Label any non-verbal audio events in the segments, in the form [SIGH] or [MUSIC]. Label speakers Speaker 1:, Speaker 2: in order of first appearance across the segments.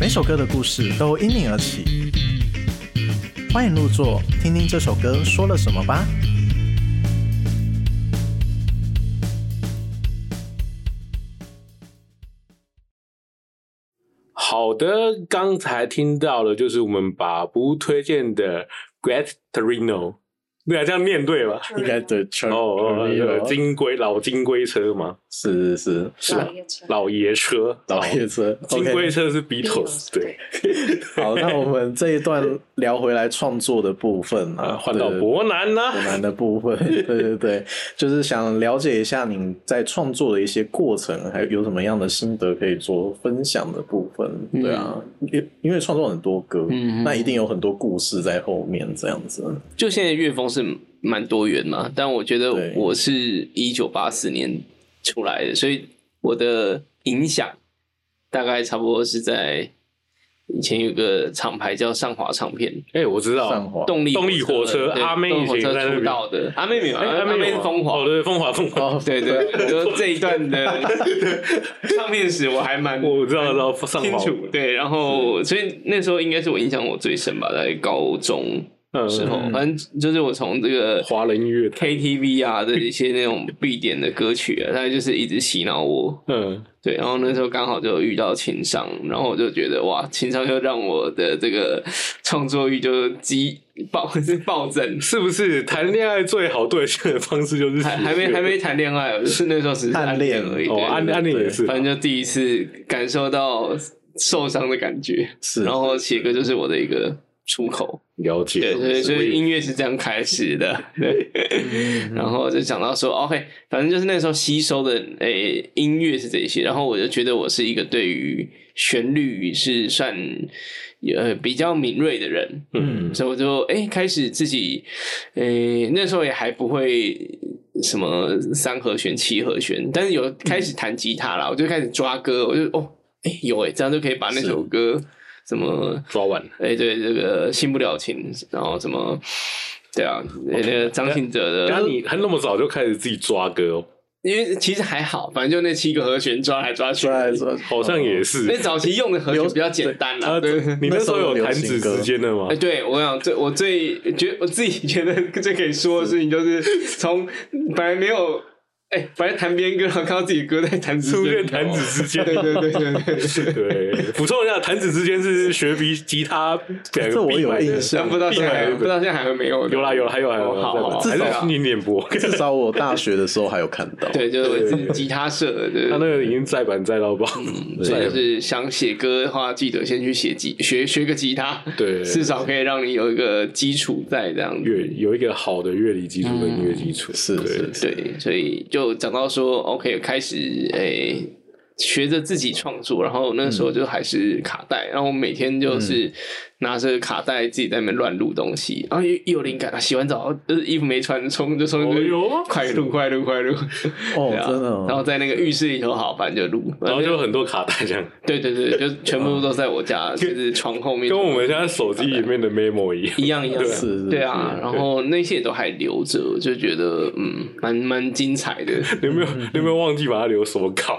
Speaker 1: 每首歌的故事都因你而起，欢迎入座，听听这首歌说了什么吧。
Speaker 2: 好的，刚才听到了，就是我们把不推荐的 Great Torino，对啊，这样念对吧？
Speaker 1: 应该对，
Speaker 2: 哦哦，那个
Speaker 1: 金
Speaker 2: 金龟老金龟车嘛，
Speaker 1: 是是是
Speaker 2: 是吧
Speaker 3: 老爷车
Speaker 2: 老爷车，
Speaker 1: 老爷车
Speaker 2: 哦金龟
Speaker 1: ，OK。
Speaker 2: 车是 Beatles，对，，
Speaker 1: 好，那我们这一段聊回来创作的部分
Speaker 2: 啊，
Speaker 1: 啊，
Speaker 2: 换到
Speaker 1: 对
Speaker 2: 伯南
Speaker 1: 我
Speaker 2: 啦，
Speaker 1: 们的部分，对对对，就是想了解一下你在创作的一些过程，还有什么样的心得可以做分享的部分，
Speaker 4: 嗯
Speaker 1: 对啊，因因为创作很多歌，
Speaker 4: 嗯嗯
Speaker 1: 那一定有很多故事在后面，这样子，
Speaker 4: 就现在乐风是蛮多元嘛，但我觉得
Speaker 1: 对
Speaker 4: 我是一九八四年出来的，所以我的影响大概差不多是在以前有个厂牌叫上华唱片，
Speaker 2: 哎，我知
Speaker 1: 上
Speaker 2: 道，
Speaker 1: 华
Speaker 4: 动力
Speaker 2: 动力火车
Speaker 4: 对
Speaker 2: 阿妹
Speaker 4: 动力火
Speaker 2: 以前在那
Speaker 4: 车
Speaker 2: 边
Speaker 4: 出道的，阿妹没有，
Speaker 2: 哎
Speaker 4: 阿妹
Speaker 2: 有
Speaker 4: 是
Speaker 2: 啊
Speaker 4: 风华
Speaker 2: 哦，，对，风华风华，
Speaker 1: 哦，
Speaker 4: 对对，对就这一段
Speaker 1: [LAUGHS]
Speaker 4: 的唱片史我还蛮
Speaker 2: 我知道，知道上
Speaker 4: 清
Speaker 2: 华，
Speaker 4: 楚，对，然后所以那时候应该是我印象我最深吧，在高中
Speaker 2: 嗯，
Speaker 4: 时候
Speaker 1: 嗯，
Speaker 4: 反正就是我从这个
Speaker 2: 华人音乐台，
Speaker 4: KTV 啊的一些那种必点的歌曲啊，他就是一直洗脑我。
Speaker 2: 嗯，
Speaker 4: 对，然后那时候刚好就有遇到情商，然后我就觉得哇，情商又让我的这个创作欲就激暴 [LAUGHS] 是暴增。
Speaker 2: 是不是谈恋爱最好兑现的方式就是
Speaker 4: 还还没还没谈恋爱，就是那时候只是
Speaker 1: 暗
Speaker 4: 恋
Speaker 1: 恋
Speaker 4: 而已。
Speaker 2: 哦，
Speaker 4: 对
Speaker 2: 暗暗恋也是，
Speaker 4: 反正就第一次感受到受伤的感觉，
Speaker 1: 是，
Speaker 4: 然后写歌就是我的一个出口。
Speaker 2: 了解，
Speaker 4: 对对，所以嗯音
Speaker 2: 乐
Speaker 4: 乐是这样开始的。 [LAUGHS] 对，然后就讲到说，OK，反正就是那时候吸收的诶、音乐是这些，然后我就觉得我是一个对于旋律是算呃比较敏锐的人，
Speaker 2: 嗯
Speaker 4: 所以我就诶、开始自己诶、那时候也还不会。什么三和弦、七和弦，但是有开始弹吉他啦，我就开始抓歌，我就哦，诶、有诶、这样就可以把那首歌什么
Speaker 2: 抓完，
Speaker 4: 哎、对，这个新不了情，然后什么，对啊，那个张信哲
Speaker 2: 然后
Speaker 4: 的，
Speaker 2: 你还那么早就开始自己抓歌哦，
Speaker 4: 因为其实还好，反正就那七个和弦抓来抓去
Speaker 1: 出，来说
Speaker 2: 好像也是
Speaker 4: 那。早期用的和弦比较简单啦，
Speaker 2: [LAUGHS] 啊，
Speaker 4: 对。
Speaker 2: 你那时候有弹指之间的吗
Speaker 4: 哎、？对我想最我最觉我自己觉得最可以说的事情，就是从本来没有哎、本来弹别人歌，然后看到自己歌在弹指
Speaker 2: 出
Speaker 4: 间
Speaker 2: 现弹指之间，
Speaker 4: 对对对
Speaker 2: [LAUGHS]
Speaker 4: 对对对，
Speaker 2: 对，补充一下，弹指之间是学比吉他两
Speaker 1: [LAUGHS] 这
Speaker 2: 个
Speaker 1: 我
Speaker 2: 必
Speaker 1: 有
Speaker 2: 买的
Speaker 1: 印，象
Speaker 4: 但不知道现在还
Speaker 2: 必买的
Speaker 4: 不知道现在还有没有？
Speaker 2: 有啦有啦，还有还有，
Speaker 4: 哦好好，
Speaker 2: 还
Speaker 4: 对
Speaker 2: 是
Speaker 4: 啊
Speaker 2: 你脸博，
Speaker 1: 至少我大学的时候还有看到，
Speaker 4: 对，就是我是吉他社的，对
Speaker 2: [LAUGHS]
Speaker 4: 对
Speaker 2: 他那
Speaker 4: 对
Speaker 2: 个已经再版再到爆，
Speaker 4: 所以
Speaker 2: 再版
Speaker 4: 就嗯是想写歌的话，记得先去写吉学学个吉他，
Speaker 2: 对
Speaker 4: 至少可以让你有一个基础在这样子。
Speaker 2: 乐有一个好的乐理基础跟
Speaker 4: 嗯
Speaker 2: 音乐基础，
Speaker 1: 是
Speaker 2: 对
Speaker 1: 是是，
Speaker 4: 对，所以就讲到说，OK，开始诶、学着自己创作，然后那时
Speaker 2: 嗯
Speaker 4: 候就还是卡带，然后我每天就是拿着卡带自己在那边乱录东西，然后一一有灵感，啊洗完澡就是衣服没穿，冲就冲
Speaker 2: 哦
Speaker 4: 就
Speaker 2: 哟
Speaker 4: 快录快录快录，
Speaker 1: 哦
Speaker 4: 对啊
Speaker 1: 真的哦
Speaker 4: 然后在那个浴室里头好，反正就录，
Speaker 2: 然后就有很多卡带这样，
Speaker 4: 对对对，就全部都在我家，就是床后面，
Speaker 2: 哦跟我们现在手机里面的 memo 一样。
Speaker 4: 一样一样
Speaker 2: 对
Speaker 4: 的，
Speaker 2: 啊
Speaker 1: 是是
Speaker 4: 对啊。然后那些也都还留着，我就觉得嗯，蛮蛮精
Speaker 2: [LAUGHS]
Speaker 4: 彩的。
Speaker 2: 你有没有你有没有忘记把它留手稿？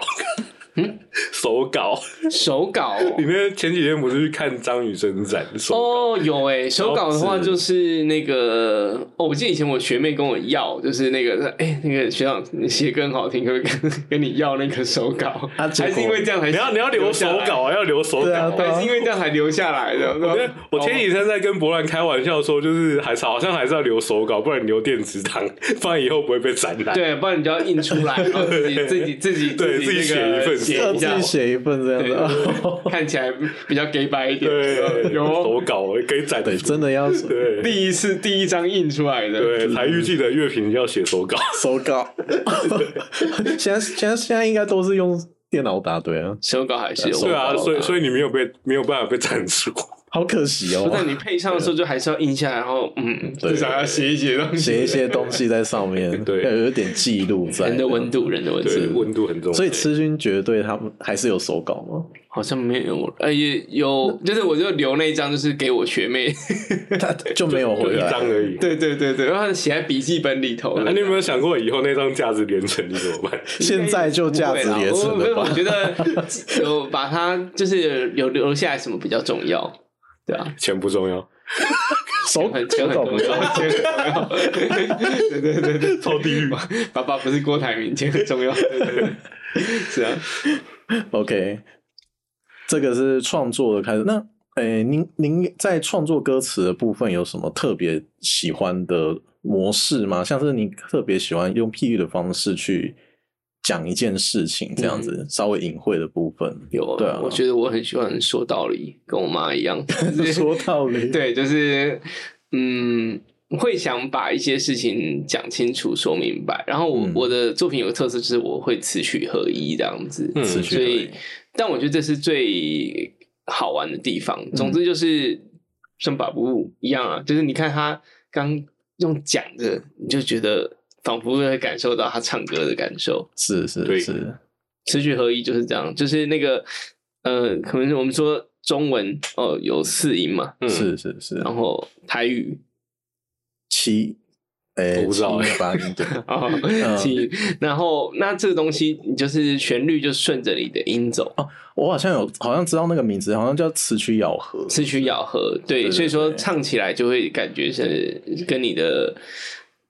Speaker 2: [LAUGHS] 手稿，
Speaker 4: 手稿哦
Speaker 2: 你那前几天不是去看张雨生展手？
Speaker 4: 哦，有哎，手稿的话
Speaker 1: 是
Speaker 4: 就是那个哦，我记得以前我学妹跟我要，就是那个哎，那个学长你写歌很好听，可不可以跟跟你要那个手稿？
Speaker 1: 啊结果
Speaker 4: 还是因为这样才
Speaker 2: 你要你要留手
Speaker 4: 下来，
Speaker 2: 稿啊，要留手
Speaker 1: 对啊
Speaker 2: 稿
Speaker 1: 对
Speaker 2: 啊。
Speaker 4: 还是因为这样才留下
Speaker 2: [LAUGHS]
Speaker 4: 来的。
Speaker 2: 我前我前几天在跟博兰开玩笑说，就是还是好像还是要留手稿，不然留电子档，不然以后不会被展览。
Speaker 4: 对，不然你就要印出
Speaker 2: [LAUGHS]
Speaker 4: 来，然后自己自己自己
Speaker 2: 对
Speaker 4: 自己
Speaker 2: 自己
Speaker 4: 那
Speaker 2: 写一份
Speaker 4: 个写
Speaker 1: 要
Speaker 4: 一
Speaker 1: 自
Speaker 4: 下
Speaker 1: 己写一份这样
Speaker 4: 对
Speaker 1: 的，
Speaker 4: 看起来比较 gay 白一点。
Speaker 2: 对， [LAUGHS]
Speaker 4: 有哦
Speaker 2: 手稿啊可以展出，
Speaker 1: 对， [LAUGHS] 真的要
Speaker 2: 对
Speaker 4: 第一次第一张印出来的，
Speaker 2: 对，才预计的乐评要写手稿。
Speaker 1: 手稿， [LAUGHS] 现在现在现在应该都是用电脑打对啊，
Speaker 4: 手稿还是有
Speaker 2: 对啊，所以
Speaker 4: 以
Speaker 2: 所以你没有被没有办法被展出。
Speaker 1: 好可惜
Speaker 4: 不但
Speaker 1: 哦，
Speaker 4: 你配唱的时候就还是要印下来，然后嗯，
Speaker 1: 对
Speaker 4: 至少要写一写东西，
Speaker 1: 写一些东西在上
Speaker 4: [LAUGHS]
Speaker 1: 面，
Speaker 2: 对
Speaker 1: 要有一点记录在
Speaker 4: 人的温。度，人的温
Speaker 2: 对，
Speaker 4: 度，
Speaker 2: 温度很重要。
Speaker 1: 所以吃君绝对他们还是有手稿吗？
Speaker 4: 好像没有，呃，也有，就是我就留那一张，就是给我学妹，
Speaker 1: 他就没有
Speaker 2: 就
Speaker 1: 回
Speaker 2: 一
Speaker 1: 来，
Speaker 2: 张而已。
Speaker 4: [LAUGHS] 对对对对，然后写在笔记本里头。
Speaker 2: 啊那、你有没有想过以后那张价值连城你怎么办？
Speaker 1: 现在就价值连城
Speaker 4: 不会啦
Speaker 1: 了
Speaker 4: 我我
Speaker 1: 吧？
Speaker 4: 觉得 [LAUGHS] 有把它就是有留下来什么比较重要，对啊，
Speaker 2: 钱不重要，
Speaker 1: 手
Speaker 4: 很钱很重要，钱很重要，对对对对，
Speaker 2: 超地狱。
Speaker 4: [LAUGHS] 爸爸不是郭台铭，钱很重要，对对对，是啊，
Speaker 1: OK，这个是创作的开始。那诶、您您在创作歌词的部分有什么特别喜欢的模式吗？像是你特别喜欢用譬喻的方式去讲一件事情，这样子、稍微隐晦的部分。
Speaker 4: 嗯有，
Speaker 1: 对啊，
Speaker 4: 我觉得我很喜欢说道理，跟我妈一样，就是
Speaker 1: [LAUGHS] 说道理，
Speaker 4: [LAUGHS] 对，就是嗯，会想把一些事情讲清楚、说明白。然后我、
Speaker 1: 嗯
Speaker 4: 我的作品有个特色，就是我会词曲合一这样子。
Speaker 2: 嗯
Speaker 1: 词曲
Speaker 4: 所
Speaker 1: 合
Speaker 4: 以
Speaker 1: 一，
Speaker 4: 但我觉得这是最好玩的地方。
Speaker 1: 嗯
Speaker 4: 总之就是像把布一样啊，就是你看他刚用讲的，你就觉得仿佛会感受到他唱歌的感受。
Speaker 1: 是是
Speaker 2: 对
Speaker 1: 是，
Speaker 4: 嗯词曲合一就是这样，就是那个呃，可能是我们说中文哦有四音嘛，
Speaker 2: 嗯，
Speaker 1: 是是是，
Speaker 4: 然后台语
Speaker 1: 七，诶、
Speaker 2: 我不知道
Speaker 1: 七八零对，
Speaker 4: 啊，
Speaker 1: 嗯
Speaker 4: 其然后那这个东西，你就是旋律就顺着你的音走，
Speaker 1: 我好像有，好像知道那个名字，好像叫词曲咬合，
Speaker 4: 词曲咬合，
Speaker 1: 对
Speaker 4: 对，
Speaker 1: 对
Speaker 4: 所以说
Speaker 1: 对
Speaker 4: 唱起来就会感觉是跟你的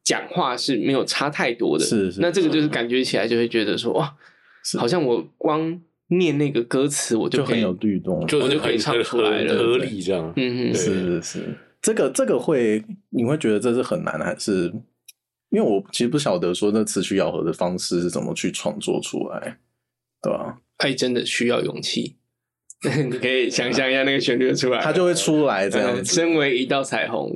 Speaker 4: 讲话是没有差太多的。
Speaker 1: 是是
Speaker 4: 那这个就是感觉起来就会觉得说哇，
Speaker 1: 是
Speaker 4: 好像我光念那个歌词我就
Speaker 1: 就
Speaker 4: 可
Speaker 1: 很
Speaker 4: 以，
Speaker 1: 有律动，
Speaker 2: 就是
Speaker 4: 我就
Speaker 2: 很
Speaker 4: 可以唱出来了
Speaker 2: 很合理这样。
Speaker 4: 嗯嗯，
Speaker 2: 对
Speaker 1: 是是是，这个这个会，你会觉得这是很难，还是因为我其实不晓得说那词曲咬合的方式是怎么去创作出来，对吧、
Speaker 4: 爱真的需要勇
Speaker 1: [LAUGHS]
Speaker 4: 气。你可以想象一下那个旋律就出来了，
Speaker 1: 它就会出来这样
Speaker 4: 呃
Speaker 1: 子、
Speaker 4: 身为一道彩虹，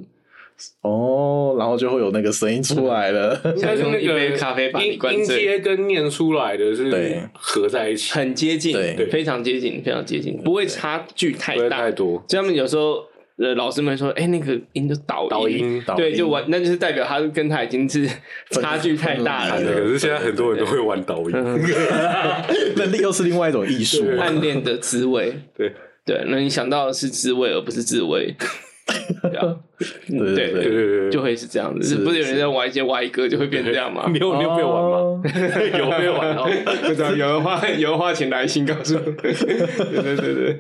Speaker 1: 哦，然后就会有那个声音出来了。
Speaker 2: 应该是那
Speaker 4: 想用一杯
Speaker 2: 个
Speaker 4: 咖啡把你
Speaker 2: 音
Speaker 4: 灌
Speaker 2: 音
Speaker 4: 醉
Speaker 2: 阶跟念出来的
Speaker 1: 对
Speaker 2: 是合在一起，
Speaker 4: 很接近
Speaker 1: 对，
Speaker 4: 非常接近，非常接近，不会差距太
Speaker 2: 不会
Speaker 4: 大
Speaker 2: 太。多。
Speaker 4: 所以他们有时候呃，老师们说，哎、那个音就导
Speaker 2: 导音
Speaker 1: 导
Speaker 4: 对，
Speaker 1: 音
Speaker 4: 就完，那就是代表他跟他已经是差距太大
Speaker 1: 分
Speaker 2: 对
Speaker 1: 开
Speaker 4: 了。
Speaker 1: 了 [LAUGHS]
Speaker 2: 可是现在很多人都会玩抖音，
Speaker 1: 那又是另外一种艺术
Speaker 4: [LAUGHS]
Speaker 1: 嘛，
Speaker 4: 暗恋的滋味，
Speaker 2: 对
Speaker 4: 对，那你想到的是滋味，而不是自慰，对啊，
Speaker 1: [LAUGHS] 对对
Speaker 2: 对对
Speaker 1: 对，
Speaker 2: 对，
Speaker 4: 就会是这样子。
Speaker 1: 是
Speaker 4: 不是有人在玩一些歪歌，就会变这样
Speaker 1: [LAUGHS]
Speaker 2: [LAUGHS]
Speaker 4: 吗？
Speaker 2: 你有你有被玩吗？
Speaker 1: 吗？
Speaker 2: 有被玩
Speaker 4: 哦
Speaker 2: 哦
Speaker 4: [LAUGHS]
Speaker 2: 到？
Speaker 4: 不知道有的话，有的话请来信告诉我。对对对对，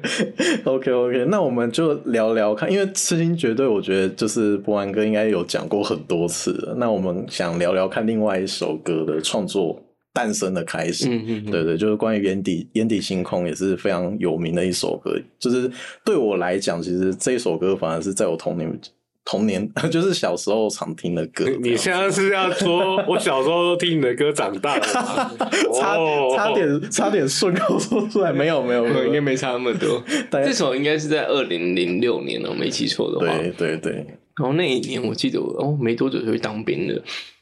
Speaker 1: OK OK，那我们就聊聊看，因为《痴心绝对》，我觉得就是博安哥应该有讲过很多次了。那我们想聊聊看另外一首歌的创作诞生的开始。
Speaker 4: 嗯嗯嗯
Speaker 1: 对对，就是关于眼底眼底星空也是非常有名的一首歌。就是对我来讲，其实这首歌反而是在我童年童年， [LAUGHS] 就是小时候常听的歌。，
Speaker 2: 你现在是要说，我小时候都听你的歌长大的吗
Speaker 1: 差
Speaker 2: 哦
Speaker 1: 差点差点顺口说出来，没有没有没
Speaker 4: 我哦应该
Speaker 1: 有，
Speaker 4: 没差那么多。
Speaker 1: 大
Speaker 4: 这
Speaker 1: 概
Speaker 4: 首应啊该是在二零零六年了，我没记错的话。
Speaker 1: 对对对，
Speaker 4: 然后那一年我记得我哦没多久就去当兵了，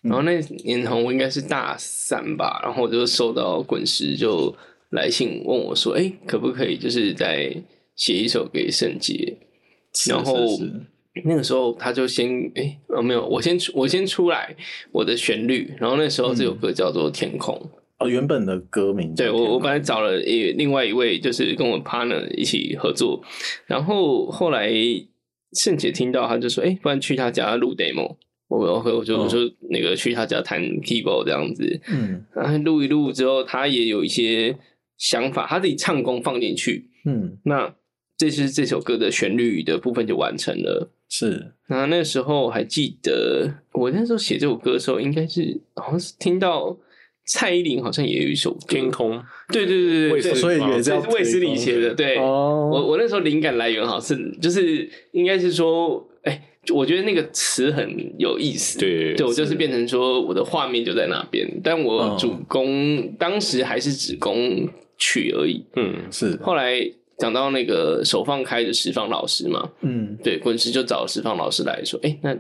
Speaker 1: 嗯
Speaker 4: 然后那年好像我应该是大三吧，然后我就收到滚石就来信问我说，哎、可不可以就是再写一首给圣杰？
Speaker 1: 是
Speaker 4: 然后
Speaker 1: 是是
Speaker 4: 那个时候他就先哎、哦没有，我先出我先出来我的旋律，然后那时候这首歌叫做《天空》。
Speaker 1: 哦，原本的歌名叫
Speaker 4: 对我，我
Speaker 1: 嗯天
Speaker 4: 本来找了一另外一位，就是跟我 partner 一起合作，然后后来盛姐听到，她就说：“哎、不然去她家录 demo。”我我我就
Speaker 1: 哦
Speaker 4: 我就那个去她家弹 keyboard 这样子，
Speaker 1: 嗯
Speaker 4: 然后录一录之后，她也有一些想法，她自己唱功放进去，
Speaker 1: 嗯
Speaker 4: 那这是这首歌的旋律的部分就完成了。
Speaker 1: 是
Speaker 4: 那那时候我还记得，我那时候写这首歌的时候，应该是好像是听到蔡依林好像也有一首歌
Speaker 2: 天空，
Speaker 4: 对对对对
Speaker 2: 卫斯
Speaker 4: 对，啊
Speaker 2: 理
Speaker 1: 所以
Speaker 2: 吗
Speaker 1: 也
Speaker 4: 这
Speaker 1: 叫
Speaker 4: 是卫斯理写的，对。
Speaker 1: 哦，
Speaker 4: 我我那时候灵感来源好像是就是应该是说，哎、我觉得那个词很有意思，
Speaker 2: 对
Speaker 4: 对我就是变成说我的画面就在那边，但我
Speaker 2: 哦
Speaker 4: 主攻、当时还是只攻曲而已。
Speaker 2: 嗯，
Speaker 1: 是
Speaker 4: 后来讲到那个手放开的石放老师嘛，
Speaker 1: 嗯
Speaker 4: 对，滚石就找石放老师来说，哎、那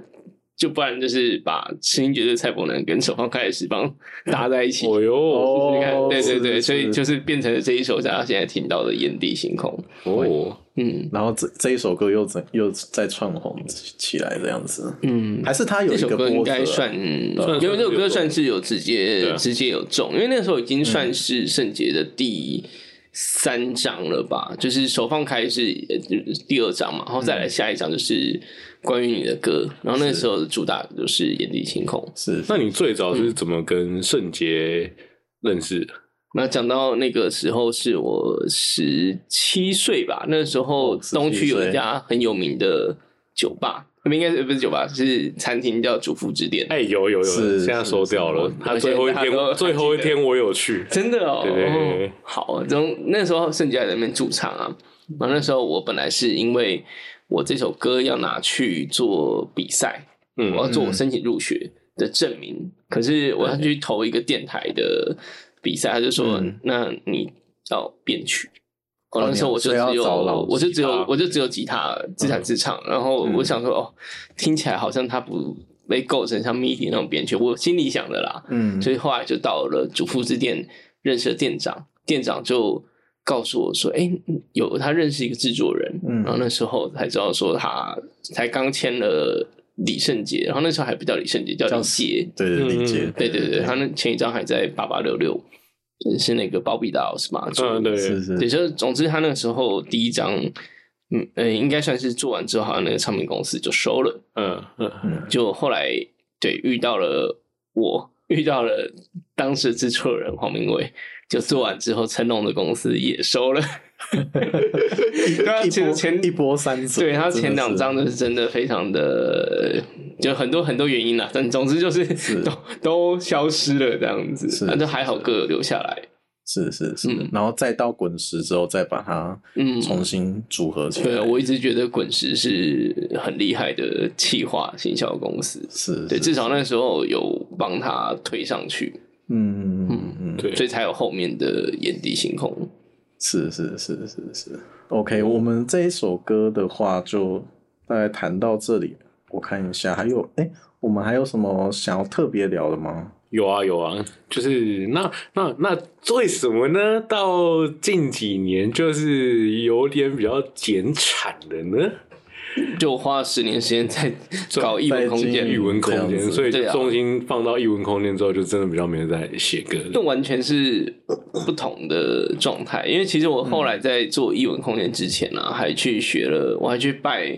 Speaker 4: 就不然就是把声音绝对蔡伯南跟手放开的十棒搭在一起。
Speaker 2: 哦哟，
Speaker 4: 试试看，对对
Speaker 1: 是
Speaker 4: 对，
Speaker 1: 是
Speaker 4: 所以就是变成了这一首大家现在听到的《眼底星空》。
Speaker 2: 哦，
Speaker 4: 嗯
Speaker 1: 然后这这一首歌又怎又再窜红起来这样子，
Speaker 4: 嗯，
Speaker 1: 还是他有
Speaker 4: 这
Speaker 1: 一
Speaker 4: 首
Speaker 1: 个
Speaker 4: 歌应
Speaker 1: 波啊
Speaker 4: 该
Speaker 1: 折？
Speaker 4: 算，嗯
Speaker 2: 算
Speaker 4: 因为这首
Speaker 2: 是有
Speaker 4: 歌算是有直
Speaker 2: 对
Speaker 4: 接
Speaker 2: 啊
Speaker 4: 直接有中，因为那时候已经
Speaker 1: 嗯
Speaker 4: 算是圣杰的第三章了吧，就是手放开是呃第二章嘛，然后再
Speaker 1: 嗯
Speaker 4: 来下一章就是关于你的歌，然后那时候的主打就是《眼底星空》。
Speaker 1: 是
Speaker 2: 那你最早是怎么跟圣杰认识的？
Speaker 4: 那讲到那个时候是我十七岁吧，那时候
Speaker 1: 哦17
Speaker 4: 东区有一家很有名的酒吧，那应该是不是酒吧，是餐厅叫主妇之店。
Speaker 2: 哎，有有有，
Speaker 1: 是
Speaker 2: 现在收掉了
Speaker 1: 是是。
Speaker 2: 他最后一
Speaker 4: 而且大家都
Speaker 2: 天，最后一天我有去，
Speaker 4: 真的哦，
Speaker 2: 对对对
Speaker 4: 哦好，然后那时候盛杰还在那边驻唱啊，然后那时候我本来是因为我这首歌要拿去做比赛，
Speaker 2: 嗯
Speaker 4: 我要做我申请入学的证明，可是我要去投一个电台的比赛，他就说，
Speaker 1: 嗯
Speaker 4: 那你要编曲。哦
Speaker 1: 哦，
Speaker 4: 那时候我就
Speaker 1: 你要
Speaker 4: 只
Speaker 1: 所以
Speaker 4: 有
Speaker 1: 要找老，
Speaker 4: 我就只
Speaker 2: 吉他
Speaker 4: 有，我就只有吉他自弹自唱。然后我
Speaker 1: 嗯
Speaker 4: 想说，哦，听起来好像它不被构成像 MIDI 那种编曲，我心里想的啦。
Speaker 1: 嗯，
Speaker 4: 所以后来就到了主妇之店，认识了店长，店长就告诉我说：“哎、有他认识一个制作人，
Speaker 1: 嗯
Speaker 4: 然后那时候才知道说他才刚签了李圣杰，然后那时候还不叫李圣杰，叫
Speaker 1: 叫
Speaker 4: 李杰。
Speaker 1: 对对理解
Speaker 2: 嗯，
Speaker 4: 对对对，他那前一张还在八八六六，是那个包比达老师嘛？
Speaker 2: 嗯，对，
Speaker 1: 是是
Speaker 4: 对，就是总之他那个时候第一张，嗯呃，应该算是做完之后，好像那个唱片公司就收了。”
Speaker 2: 嗯嗯，
Speaker 4: 就后来对遇到了我，遇到了当时制作人黄明伟，就做完之后，成龙的公司也收
Speaker 1: [LAUGHS]
Speaker 4: 了。对啊，
Speaker 1: 一
Speaker 4: 其实
Speaker 1: 波
Speaker 4: 前
Speaker 1: 一波三折，
Speaker 4: 对他
Speaker 1: 真的
Speaker 4: 前两
Speaker 1: 是
Speaker 4: 张就是真的非常的，就很多很多原因啦，但总之就是
Speaker 1: 是
Speaker 4: 都都消失了这样子
Speaker 1: 是，
Speaker 4: 那就还好各有留下来。
Speaker 1: 是是是，
Speaker 4: 嗯
Speaker 1: 然后再到滚石之后，再把它
Speaker 4: 嗯
Speaker 1: 重新组合起来。
Speaker 4: 对，啊我一直觉得滚石是很厉害的企划行销公司，
Speaker 1: 是
Speaker 4: 对，
Speaker 1: 是
Speaker 4: 至少那时候有帮他推上去。
Speaker 1: 嗯嗯嗯，
Speaker 2: 对，
Speaker 4: 所以才有后面的眼底星空。
Speaker 1: 是是是是是。OK，我们这一首歌的话，就大概谈到这里。我看一下，还有哎、我们还有什么想要特别聊的吗？
Speaker 2: 有啊有啊，就是那那那为什么呢？到近几年就是有点比较减产了呢？
Speaker 4: 就我花了十年时间在搞异文空
Speaker 1: 在经
Speaker 2: 语
Speaker 1: 营
Speaker 4: 间，
Speaker 2: 文
Speaker 1: 这
Speaker 2: 空
Speaker 1: 样
Speaker 2: 间，
Speaker 1: 子
Speaker 2: 所以就
Speaker 4: 对啊
Speaker 2: 重心放到译文空间之后，就真的比较没有在写歌了。
Speaker 4: 这完全是不同的状态。因为其实我后
Speaker 2: 嗯
Speaker 4: 来在做异文空间之前呢、啊，还去学了，我还去拜。